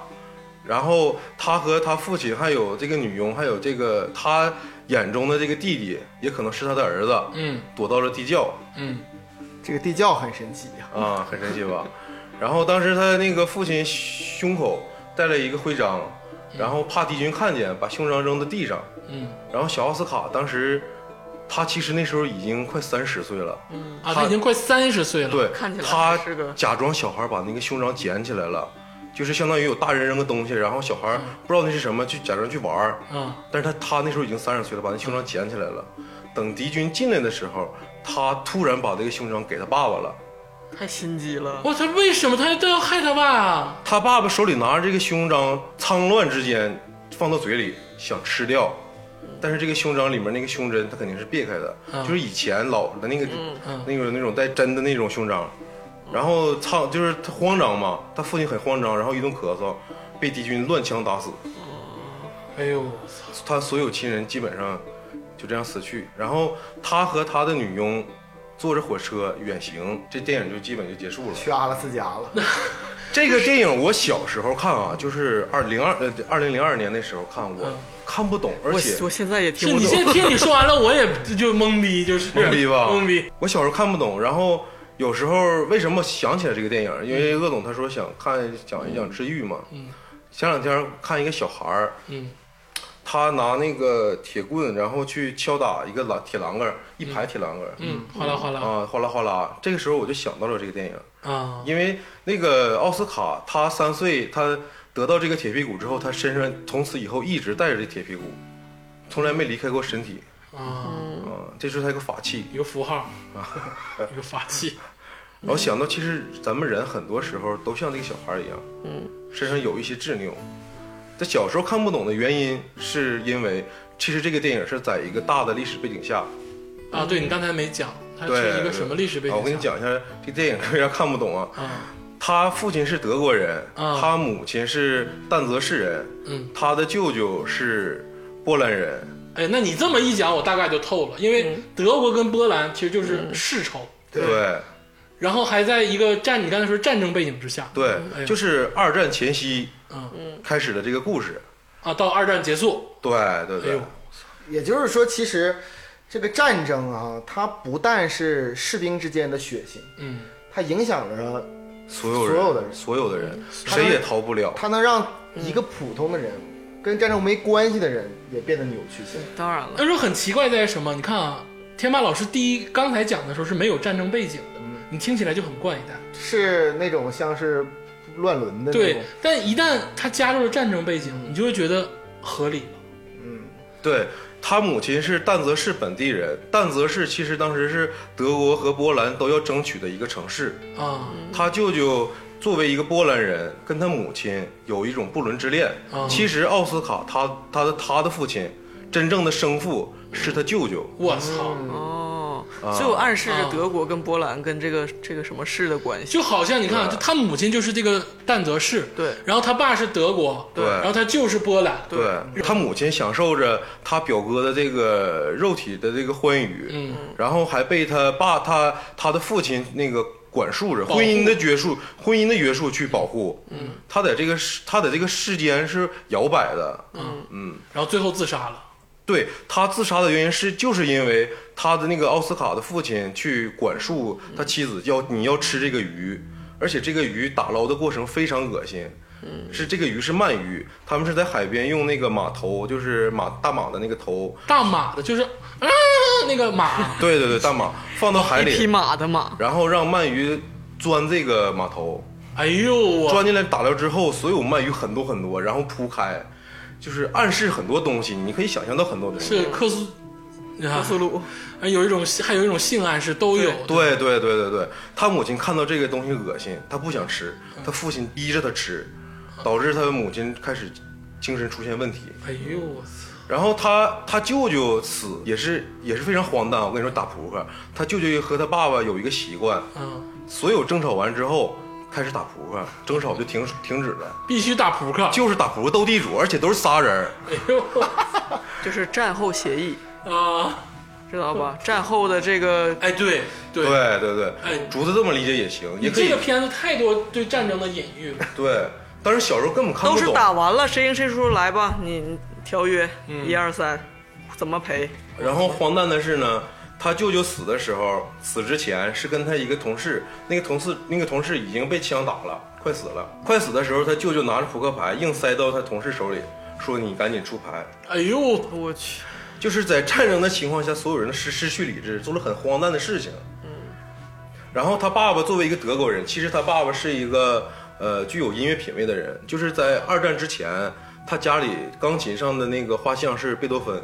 然后他和他父亲，还有这个女佣，还有这个他眼中的这个弟弟，也可能是他的儿子，嗯躲到了地窖嗯这个地窖很神奇呀、嗯啊，很神奇吧？然后当时他那个父亲胸口带了一个徽章，嗯然后怕敌军看见，把胸章扔到地上。嗯，然后小奥斯卡当时，他其实那时候已经快三十岁了，啊，他已经快三十岁了。对，嗯看起来他是个假装小孩把那个胸章捡起来了，就是相当于有大人扔个东西，然后小嗯孩不知道那是什么，就假装去玩儿。啊，但是他他那时候已经三十岁了，把那胸章捡起来了。等敌军进来的时候，他突然把这个胸章给他爸爸了。太心机了。哇，他为什么他都要害他爸啊？他爸爸手里拿着这个胸章，仓乱之间放到嘴里想吃掉，但是这个胸章里面那个胸针，他肯定是别开的，嗯就是以前老的那个、嗯那个那种带针的那种胸章。然后仓就是他慌张嘛，他父亲很慌张，然后一顿咳嗽，被敌军乱枪打死，哎呦，我操！他所有亲人基本上就这样死去。然后他和他的女佣坐着火车远行，这电影就基本就结束了。去阿拉斯加了，这个电影我小时候看啊，就是二零二呃二零零二年那时候看，我嗯看不懂，而我且我现在也是听不你现懂。在听你说完了，我也就懵逼，就是懵逼吧，懵逼。。我小时候看不懂，然后有时候为什么想起来这个电影？因为鄂总他说想看讲一讲治愈嘛。嗯。前两天看一个小孩儿，嗯他拿那个铁棍，然后去敲打一个栏铁栏杆儿，一排铁栏杆儿，嗯，哗啦哗啦啊，哗啦哗啦。这个时候我就想到了这个电影。啊，因为那个奥斯卡，他三岁，他得到这个铁皮鼓之后，他身上从此以后一直带着这铁皮鼓，从来没离开过身体啊，啊、这是他一个法器。一个符号，啊一个法器，嗯然后想到，其实咱们人很多时候都像这个小孩一样，嗯，身上有一些执拗。在小时候看不懂的原因，是因为其实这个电影是在一个大的历史背景下，啊，对你刚才没讲，它对，是一个什么历史背景？啊我跟你，讲一下，这电影为啥看不懂啊？啊，他父亲是德国人，啊他母亲是但泽市人，嗯，他的舅舅是波兰人，哎，那你这么一讲，我大概就透了，因为德国跟波兰其实就是世仇，对然后还在一个战，你刚才说战争背景之下，对哎呦就是二战前夕嗯开始的这个故事。啊，到二战结束，对对哎对呦，也就是说，其实这个战争啊，它不但是士兵之间的血腥，嗯，它影响着，所有所有的人所有的嗯人，他谁也逃不了。它能让一个普通的人跟战争没关系的人也变得扭曲起来。当然了，但是很奇怪在于什么？你看啊，天霸老师第一刚才讲的时候是没有战争背景的，嗯你听起来就很怪异的。是那种像是乱伦的那对种，，但一旦他加入了战争背景，你就会觉得合理了。对他母亲是但泽市本地人，但泽市其实当时是德国和波兰都要争取的一个城市。啊他舅舅作为一个波兰人，跟他母亲有一种不伦之恋。哦其实奥斯卡他他的他的父亲，真正的生父是他舅舅。我操！嗯哦，啊就暗示着德国跟波兰跟这个这个什么市的关系。就好像你看啊，对就他母亲就是这个但泽市，对然后他爸是德国，对然后他舅是波兰，对他母亲享受着他表哥的这个肉体的这个欢愉，嗯，然后还被他爸他他的父亲那个管束着，保护婚姻的约束，婚姻的约束去保护，嗯，他在这个世他在这个世间是摇摆的，嗯嗯，然后最后自杀了。对他自杀的原因是，就是因为他的那个奥斯卡的父亲去管束他妻子要你要吃这个鱼，而且这个鱼打捞的过程非常恶心。嗯是这个鱼是鳗鱼，他们是在海边用那个马头，就是马大马的那个头，大马的就是啊那个马对对对，大马放到海一匹里，马的马，然后让鳗鱼钻这个马头，哎呦我钻进来打捞之后，所有鳗鱼很多很多，然后铺开，就是暗示很多东西，你可以想象到很多东西。是克苏，克克苏，鲁，还有一种还有一种性暗示都有。对对对对对，他母亲看到这个东西恶心，他不想吃，嗯他父亲逼着他吃，导致他母亲开始精神出现问题。哎呦我操！然后他他舅舅死也是也是非常荒诞，我跟你说打扑克，他舅舅和他爸爸有一个习惯，嗯，所有争吵完之后开始打扑克，争吵就停停止了，必须打扑克。就是打扑克斗地主，而且都是仨人儿。哎呦就是战后协议，啊！知道吧？战后的这个 [LAUGHS] 哎，对对，对对对，哎竹子这么理解也行，你也可以这个片子太多对战争的隐喻了。对。但是小时候根本看都不是懂，打完了，谁赢谁输来吧，你你条约一二三，怎么赔？然后荒诞的是呢，他舅舅死的时候，死之前是跟他一个同事，那个同事那个同事已经被枪打了，快死了，快死的时候，他舅舅拿着扑克牌硬塞到他同事手里，说你赶紧出牌。 [LAUGHS] 哎呦，我去，就是在战争的情况下，所有人失失去理智，做了很荒诞的事情。嗯。然后他爸爸作为一个德国人，其实他爸爸是一个呃具有音乐品味的人，就是在二战之前，他家里钢琴上的那个画像是贝多芬。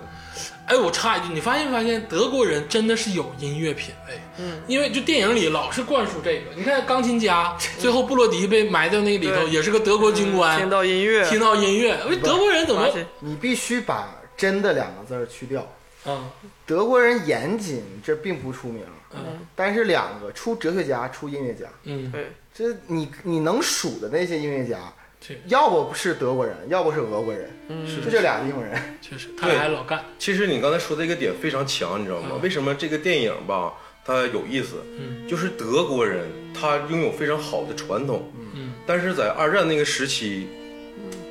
哎，我插一句，你发现没发现德国人真的是有音乐品味？嗯，因为就电影里老是灌输这个。你看钢琴 [LAUGHS] 家最后布洛迪被埋到那个里头，对也是个德国军官，听到音乐，嗯听到音乐，哎德国人怎么发？现你必须把“真的”两个字儿去掉。嗯，德国人严谨，这并不出名，但是两个出哲学家，出音乐家，嗯，对，这你你能数的那些音乐家对，要不是德国人，要不是俄国人，就这俩地方人。确实，他俩老干。其实你刚才说的一个点非常强，你知道吗？为什么这个电影吧，它有意思？嗯就是德国人他拥有非常好的传统，嗯，但是在二战那个时期，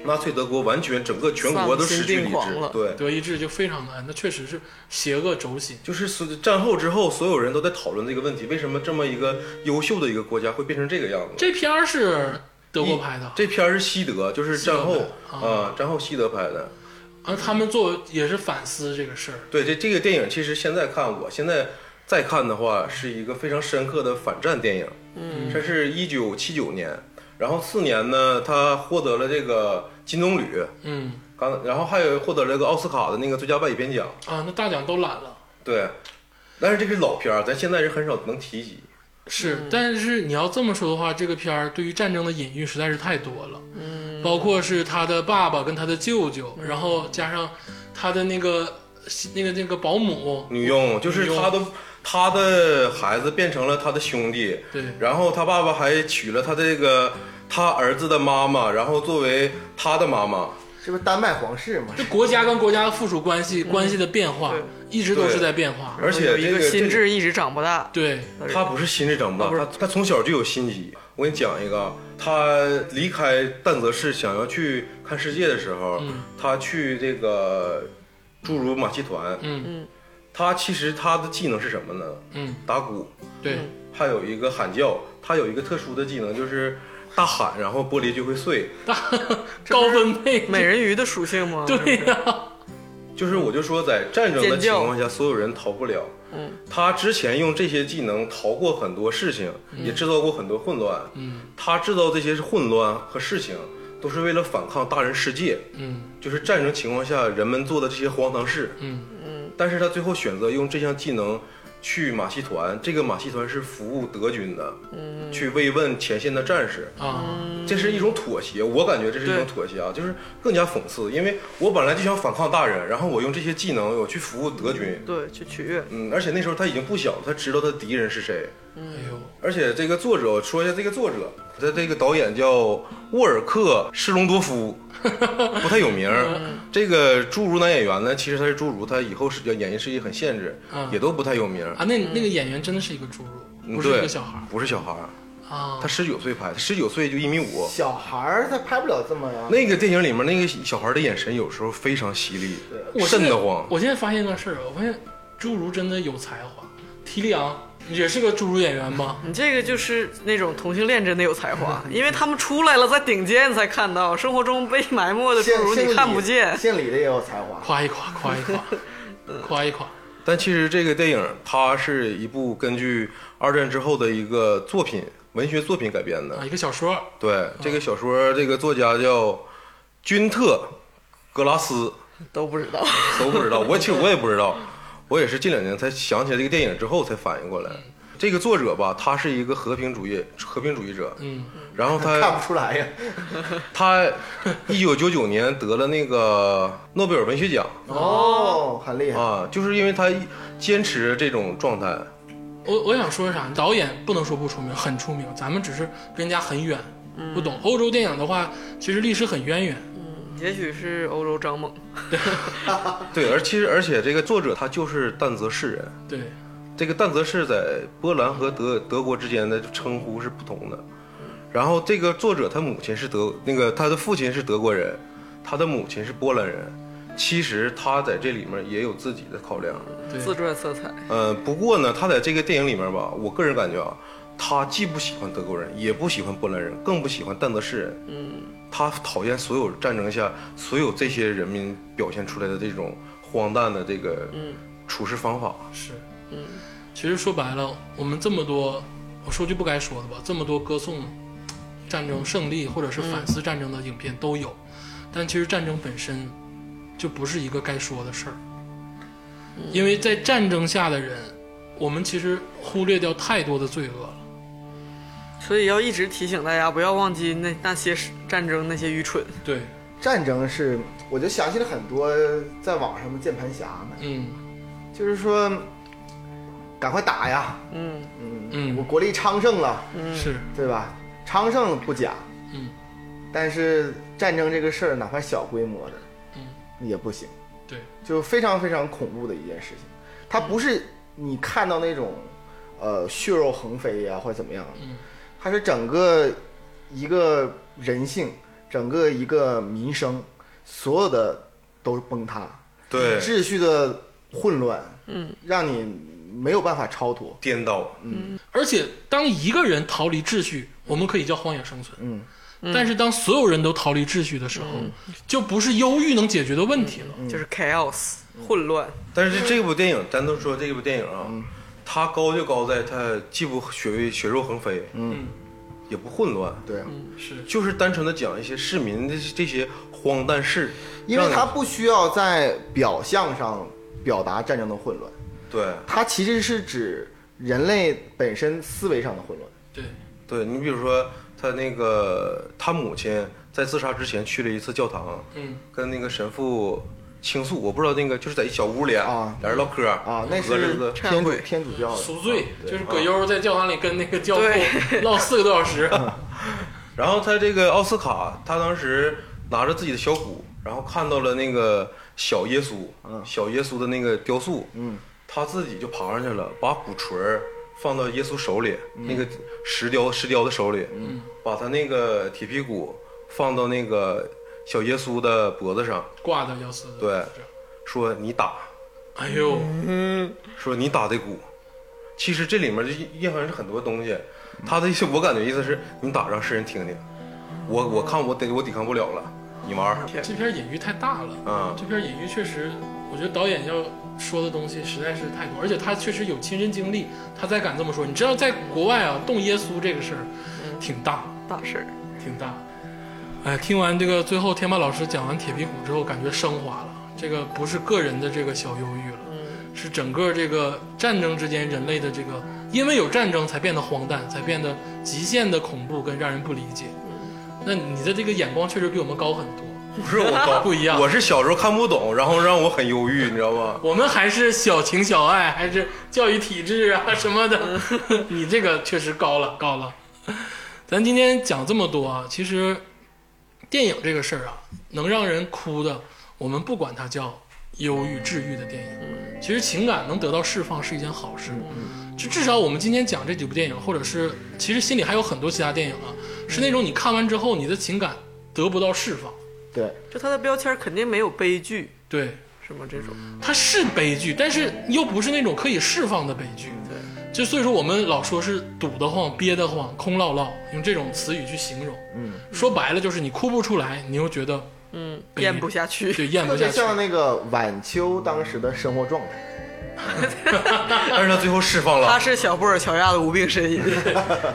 纳粹德国完全整个全国都失去丧心理病智狂了，对，德意志就非常难，那确实是邪恶轴心。就是所战后之后，所有人都在讨论这个问题，为什么这么一个优秀的一个国家会变成这个样子？这片儿是德国拍的，这片儿是西德，就是战后西德拍啊、的战后西德拍的。而啊他们做也是反思这个事儿。对，这这个电影其实现在看，我现在再看的话，是一个非常深刻的反战电影。嗯，这是一九七九年，然后次年呢，他获得了这个金棕榈，嗯，刚然后还有获得了这个奥斯卡的那个最佳外语片奖。啊，那大奖都揽了。对，但是这个是老片儿，咱现在人很少能提及。是，但是你要这么说的话，这个片儿对于战争的隐喻实在是太多了，嗯，包括是他的爸爸跟他的舅舅，然后加上他的那个那个那个保姆，女佣就是佣他的他的孩子变成了他的兄弟，对然后他爸爸还娶了他这个他儿子的妈妈，然后作为他的妈妈。这不丹麦皇室吗？这国家跟国家的附属关系、关系的变化对一直都是对在变化，而且有这一个心这智一直长不大，对，他不是心智长不大，他他从小就有心机。我给你讲一个啊，他离开淡泽市想要去看世界的时候，他去这个诸如马戏团，嗯他其实他的技能是什么呢？嗯，打鼓，对，还有一个喊叫，他有一个特殊的技能就是大喊，然后玻璃就会碎。高分配，美人鱼的属性吗？对呀、就是我就说，在战争的尖情叫况下，所有人逃不了。嗯，他之前用这些技能逃过很多事情，也制造过很多混乱。嗯，他制造这些混乱和事情，都是为了反抗大人世界，嗯就是战争情况下人们做的这些荒唐事。嗯，但是他最后选择用这项技能去马戏团，这个马戏团是服务德军的，嗯、去慰问前线的战士。啊，这是一种妥协，我感觉这是一种妥协啊，就是更加讽刺，因为我本来就想反抗大人，然后我用这些技能我去服务德军，对，去取悦。嗯，而且那时候他已经不小了，他知道他敌人是谁，哎呦，而且这个作者我说一下这个作者，他这个导演叫沃尔克·施隆多夫，不太有 [LAUGHS] 名儿。嗯这个侏儒男演员呢，其实他是侏儒，他以后是演艺事业很限制嗯，也都不太有名儿。啊，那那个演员真的是一个侏儒，嗯不是一对个小孩儿不是小孩儿，啊他，十九岁拍，十九岁就一米五。小孩儿他拍不了这么样。那个电影里面那个小孩的眼神有时候非常犀利，我现瘆在得慌。我现在发现个事儿，我发现侏儒真的有才华。提里昂也是个侏儒演员吧？你这个就是那种同性恋真的有才华，因为他们出来了，在顶尖你才看到，生活中被埋没的姓诸如姓你李看不见。姓李的也有才华。夸一夸，夸一 [LAUGHS] 夸，嗯 [LAUGHS] 夸一夸。但其实这个电影它是一部根据二战之后的一个作品文学作品改哎编的啊，。一个小说，对，这个小说这个作家叫君特·格拉斯都不知道。都不知道。我其实我也不知道，我也是近两年才想起来这个电影之后才反应过来。嗯这个作者吧，他是一个和平主义和平主义者，嗯，然后他看不出来呀。他一九九九年得了那个诺贝尔文学奖哦，很厉害。啊，就是因为他坚持这种状态。我我想说啥？导演不能说不出名，很出名，咱们只是跟人家很远，不嗯懂。欧洲电影的话，其实历史很渊源。也许是欧洲张猛，对，而其实而且这个作者他就是但泽士人，对，这个但泽士在波兰和德德国之间的称呼是不同的。然后这个作者他母亲是德那个他的父亲是德国人，他的母亲是波兰人。其实他在这里面也有自己的考量。对自传色彩。呃，不过呢，他在这个电影里面吧，我个人感觉啊，他既不喜欢德国人，也不喜欢波兰人，更不喜欢但德士人。嗯，他讨厌所有战争下所有这些人民表现出来的这种荒诞的这个处事方法。是，嗯，其实说白了，我们这么多，我说句不该说的吧，这么多歌颂战争胜利或者是反思战争的影片都有，但其实战争本身就不是一个该说的事儿，因为在战争下的人，我们其实忽略掉太多的罪恶了。所以要一直提醒大家，不要忘记那那些是战争那些愚蠢。对，战争是，我就想起了很多在网上的键盘侠们，嗯就是说，赶快打呀，嗯，我嗯，国力昌盛了，是，对吧？昌盛不假，嗯，但是战争这个事儿，哪怕小规模的，嗯，也不行，对，就非常非常恐怖的一件事情。它不是你看到那种，呃，血肉横飞啊呀、或者怎么样，嗯，它是整个一个人性，整个一个民生，所有的都崩塌，对，秩序的混乱，嗯，让你没有办法超脱，颠倒。嗯而且当一个人逃离秩序，我们可以叫荒野生存。嗯。但是当所有人都逃离秩序的时候，就不是忧郁能解决的问题了。就是 chaos 混乱。但是这部电影，单独说这部电影啊，它高就高在它既不血血肉横飞，嗯，也不混乱，对，啊是，就是单纯的讲一些市民的这些荒诞事，因为让你它不需要在表象上表达战争的混乱，对。它其实是指人类本身思维上的混乱。对，对你比如说，他那个他母亲在自杀之前去了一次教堂，嗯，跟那个神父倾诉，我不知道那个就是在一小屋里啊俩人唠嗑啊，那俄是罗斯天忏主悔天主教的啊赎罪哦对就是葛优在教堂里跟那个教父对 [LAUGHS] 唠四个多小时，然后他这个奥斯卡，他当时拿着自己的小鼓，然后看到了那个小耶稣，小耶稣的那个雕塑，嗯，他自己就爬上去了，把鼓槌儿放到耶稣手里，那个石雕石雕的手里，嗯，把他那个铁皮鼓放到那个小耶稣的脖子上， [LAUGHS] 挂的要死的。对，说你打，哎呦，说你打的鼓。其实这里面就蕴含是很多东西，他的意思我感觉意思是你打让世人听听，我我看我得我抵抗不了了，你玩儿，这片隐喻太大了。嗯这片隐喻确实，我觉得导演要说的东西实在是太多，而且他确实有亲身经历，他才敢这么说。你知道，在国外啊，动耶稣这个事儿挺大，大事儿。挺大。哎，听完这个最后天霸老师讲完铁皮鼓之后，感觉升华了。这个不是个人的这个小忧郁了，是整个这个战争之间人类的这个，因为有战争才变得荒诞，才变得极限的恐怖跟让人不理解。那你的这个眼光确实比我们高很多，[LAUGHS] 不是我高不一样我是小时候看不懂，然后让我很忧郁，你知道吗？我们还是小情小爱，还是教育体制啊什么的。 [LAUGHS] 你这个确实高了，高了。咱今天讲这么多啊，其实电影这个事儿啊，能让人哭的，我们不管它叫忧郁治愈的电影，其实情感能得到释放是一件好事。就至少我们今天讲这几部电影，或者是其实心里还有很多其他电影啊，是那种你看完之后你的情感得不到释放。对，就它的标签儿肯定没有悲剧，对，什么这种。它是悲剧，但是又不是那种可以释放的悲剧。对，就所以说我们老说是堵得慌、憋得慌、空落落，用这种词语去形容。嗯，说白了就是你哭不出来，你又觉得嗯，悲咽不下去。对咽特不别下去。像那个晚秋当时的生活状态。但是他最后释放 [LAUGHS] 他了，是小布尔乔亚的无 [LAUGHS] 病呻吟。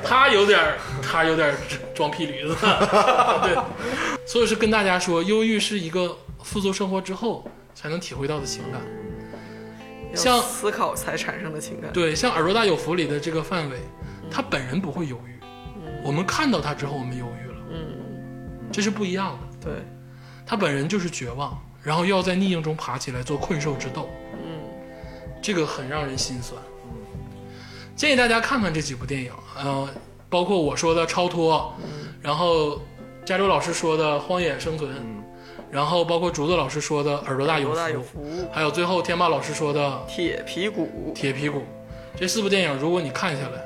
他有点儿， [LAUGHS] 他有点儿装屁驴子。对，所以是跟大家说，忧郁是一个富足生活之后才能体会到的情感。要像思考才产生的情感，对，像耳朵大有福里的这个范伟，他本人不会忧郁，我们看到他之后我们忧郁了，这是不一样的。对，他本人就是绝望，然后又要在逆境中爬起来做困兽之斗，这个很让人心酸。建议大家看看这几部电影，呃，包括我说的《超脱》，然后加州老师说的《荒野生存》，然后包括竹子老师说的《嗯耳朵大有多福大》有，福，还有最后天霸老师说的铁皮鼓，铁皮鼓，这四部电影如果你看下来，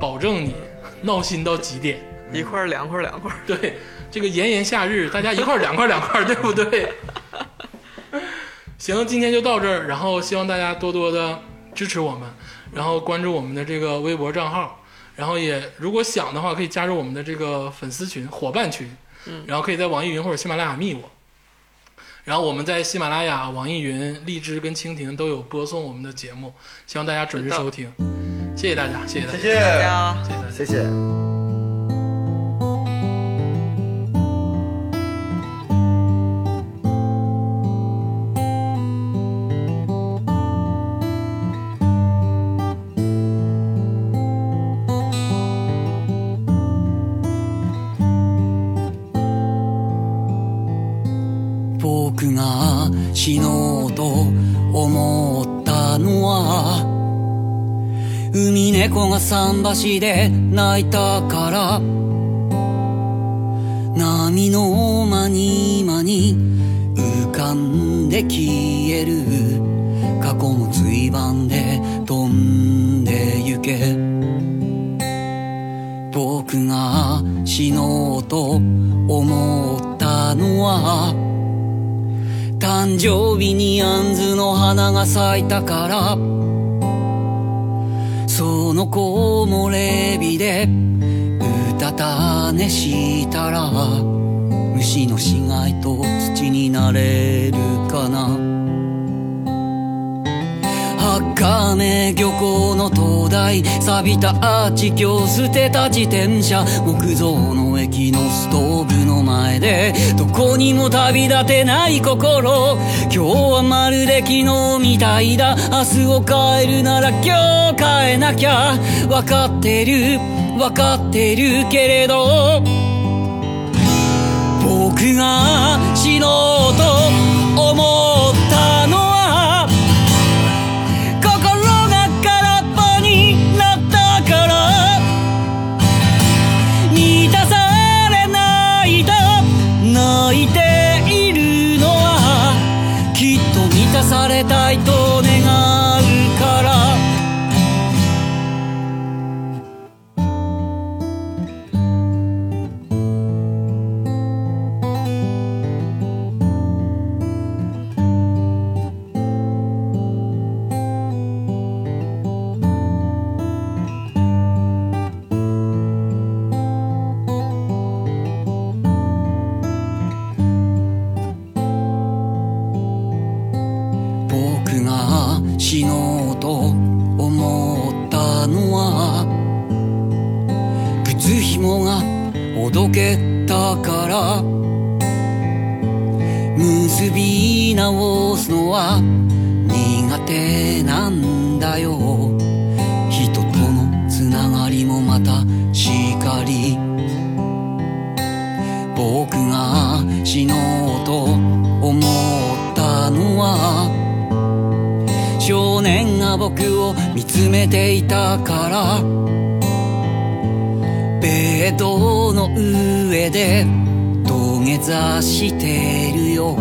保证你闹心到极点。一块儿凉快儿凉快儿。 [LAUGHS] 对，这个炎炎夏日，大家一块儿凉快儿凉快儿，对不对？行，今天就到这儿，然后希望大家多多的支持我们，然后关注我们的这个微博账号，然后也如果想的话，可以加入我们的这个粉丝群、伙伴群，然后可以在网易云或者喜马拉雅密我。然后我们在喜马拉雅、网易云、荔枝跟蜻蜓都有播送我们的节目，希望大家准时收听。谢谢大家，谢谢大家，谢谢谢大家。谢大家。谢谢。僕が死のうと思ったのは海猫が桟橋で泣いたから波の間に間に浮かんで消える過去も随伴で飛んで行け僕が死のうと思ったのは誕生日に杏ズの花が咲いたからその子もレビでうたた寝したら虫の死骸と土になれるかな赤目漁港の灯台錆びたアーチ今日捨てた自転車木造の駅のストーブの前でどこにも旅立てない心今日はまるで昨日みたいだ明日を変えるなら今日変えなきゃ分かってる分かってるけれど僕が死のうと思ったのは心が空っぽになったから満たされないと泣いているのはきっと満たされたいと願うから僕が死のうと思ったのは靴紐がほどけたから結び直すのは苦手なんだよ人とのつながりもまたしかり僕が死のうと思ったのは少年が僕を見つめていたからベッドの上で土下座してるよ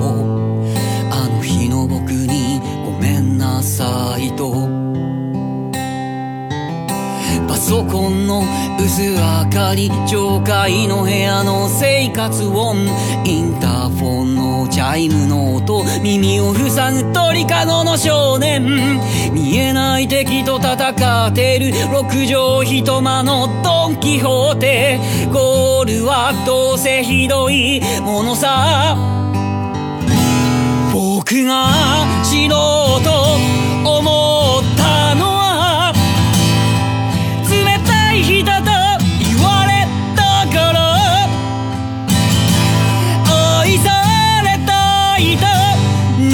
あの日の僕にごめんなさいとパソコンの薄明かり上階の部屋の生活音インターフォンのチャイムの音耳を塞ぐ鳥かごの少年見えない敵と戦ってる六畳一間のドン・キホーテゴールはどうせひどいものさ僕が死のうと思ったのは冷たい人と言われたから愛されたい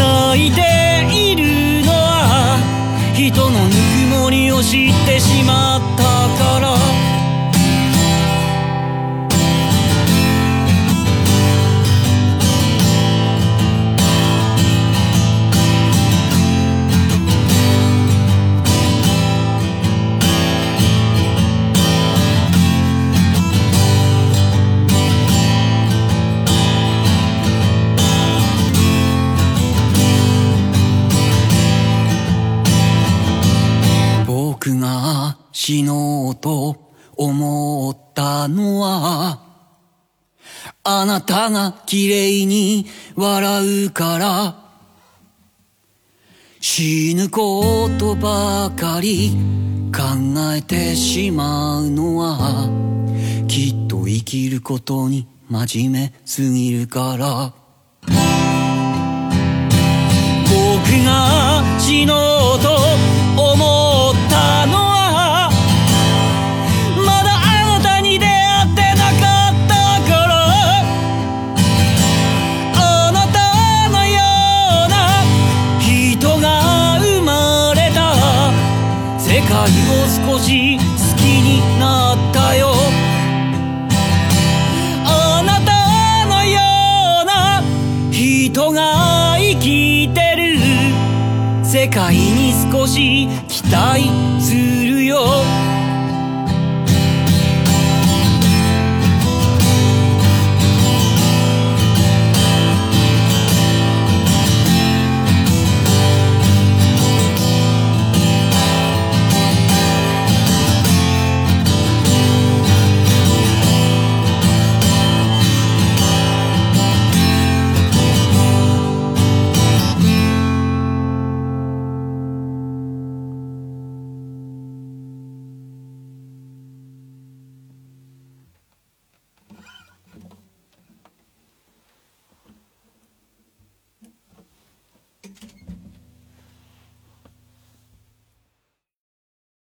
今死のうと思ったのはあなたが綺麗に笑うから死ぬことばかり考えてしまうのはきっと生きることに真面目すぎるから僕が死のうと思ったのはまだあなたに出会ってなかったからあなたのような人が生まれた世界を少し好きになったよあなたのような人が生きてる世界に少し期待す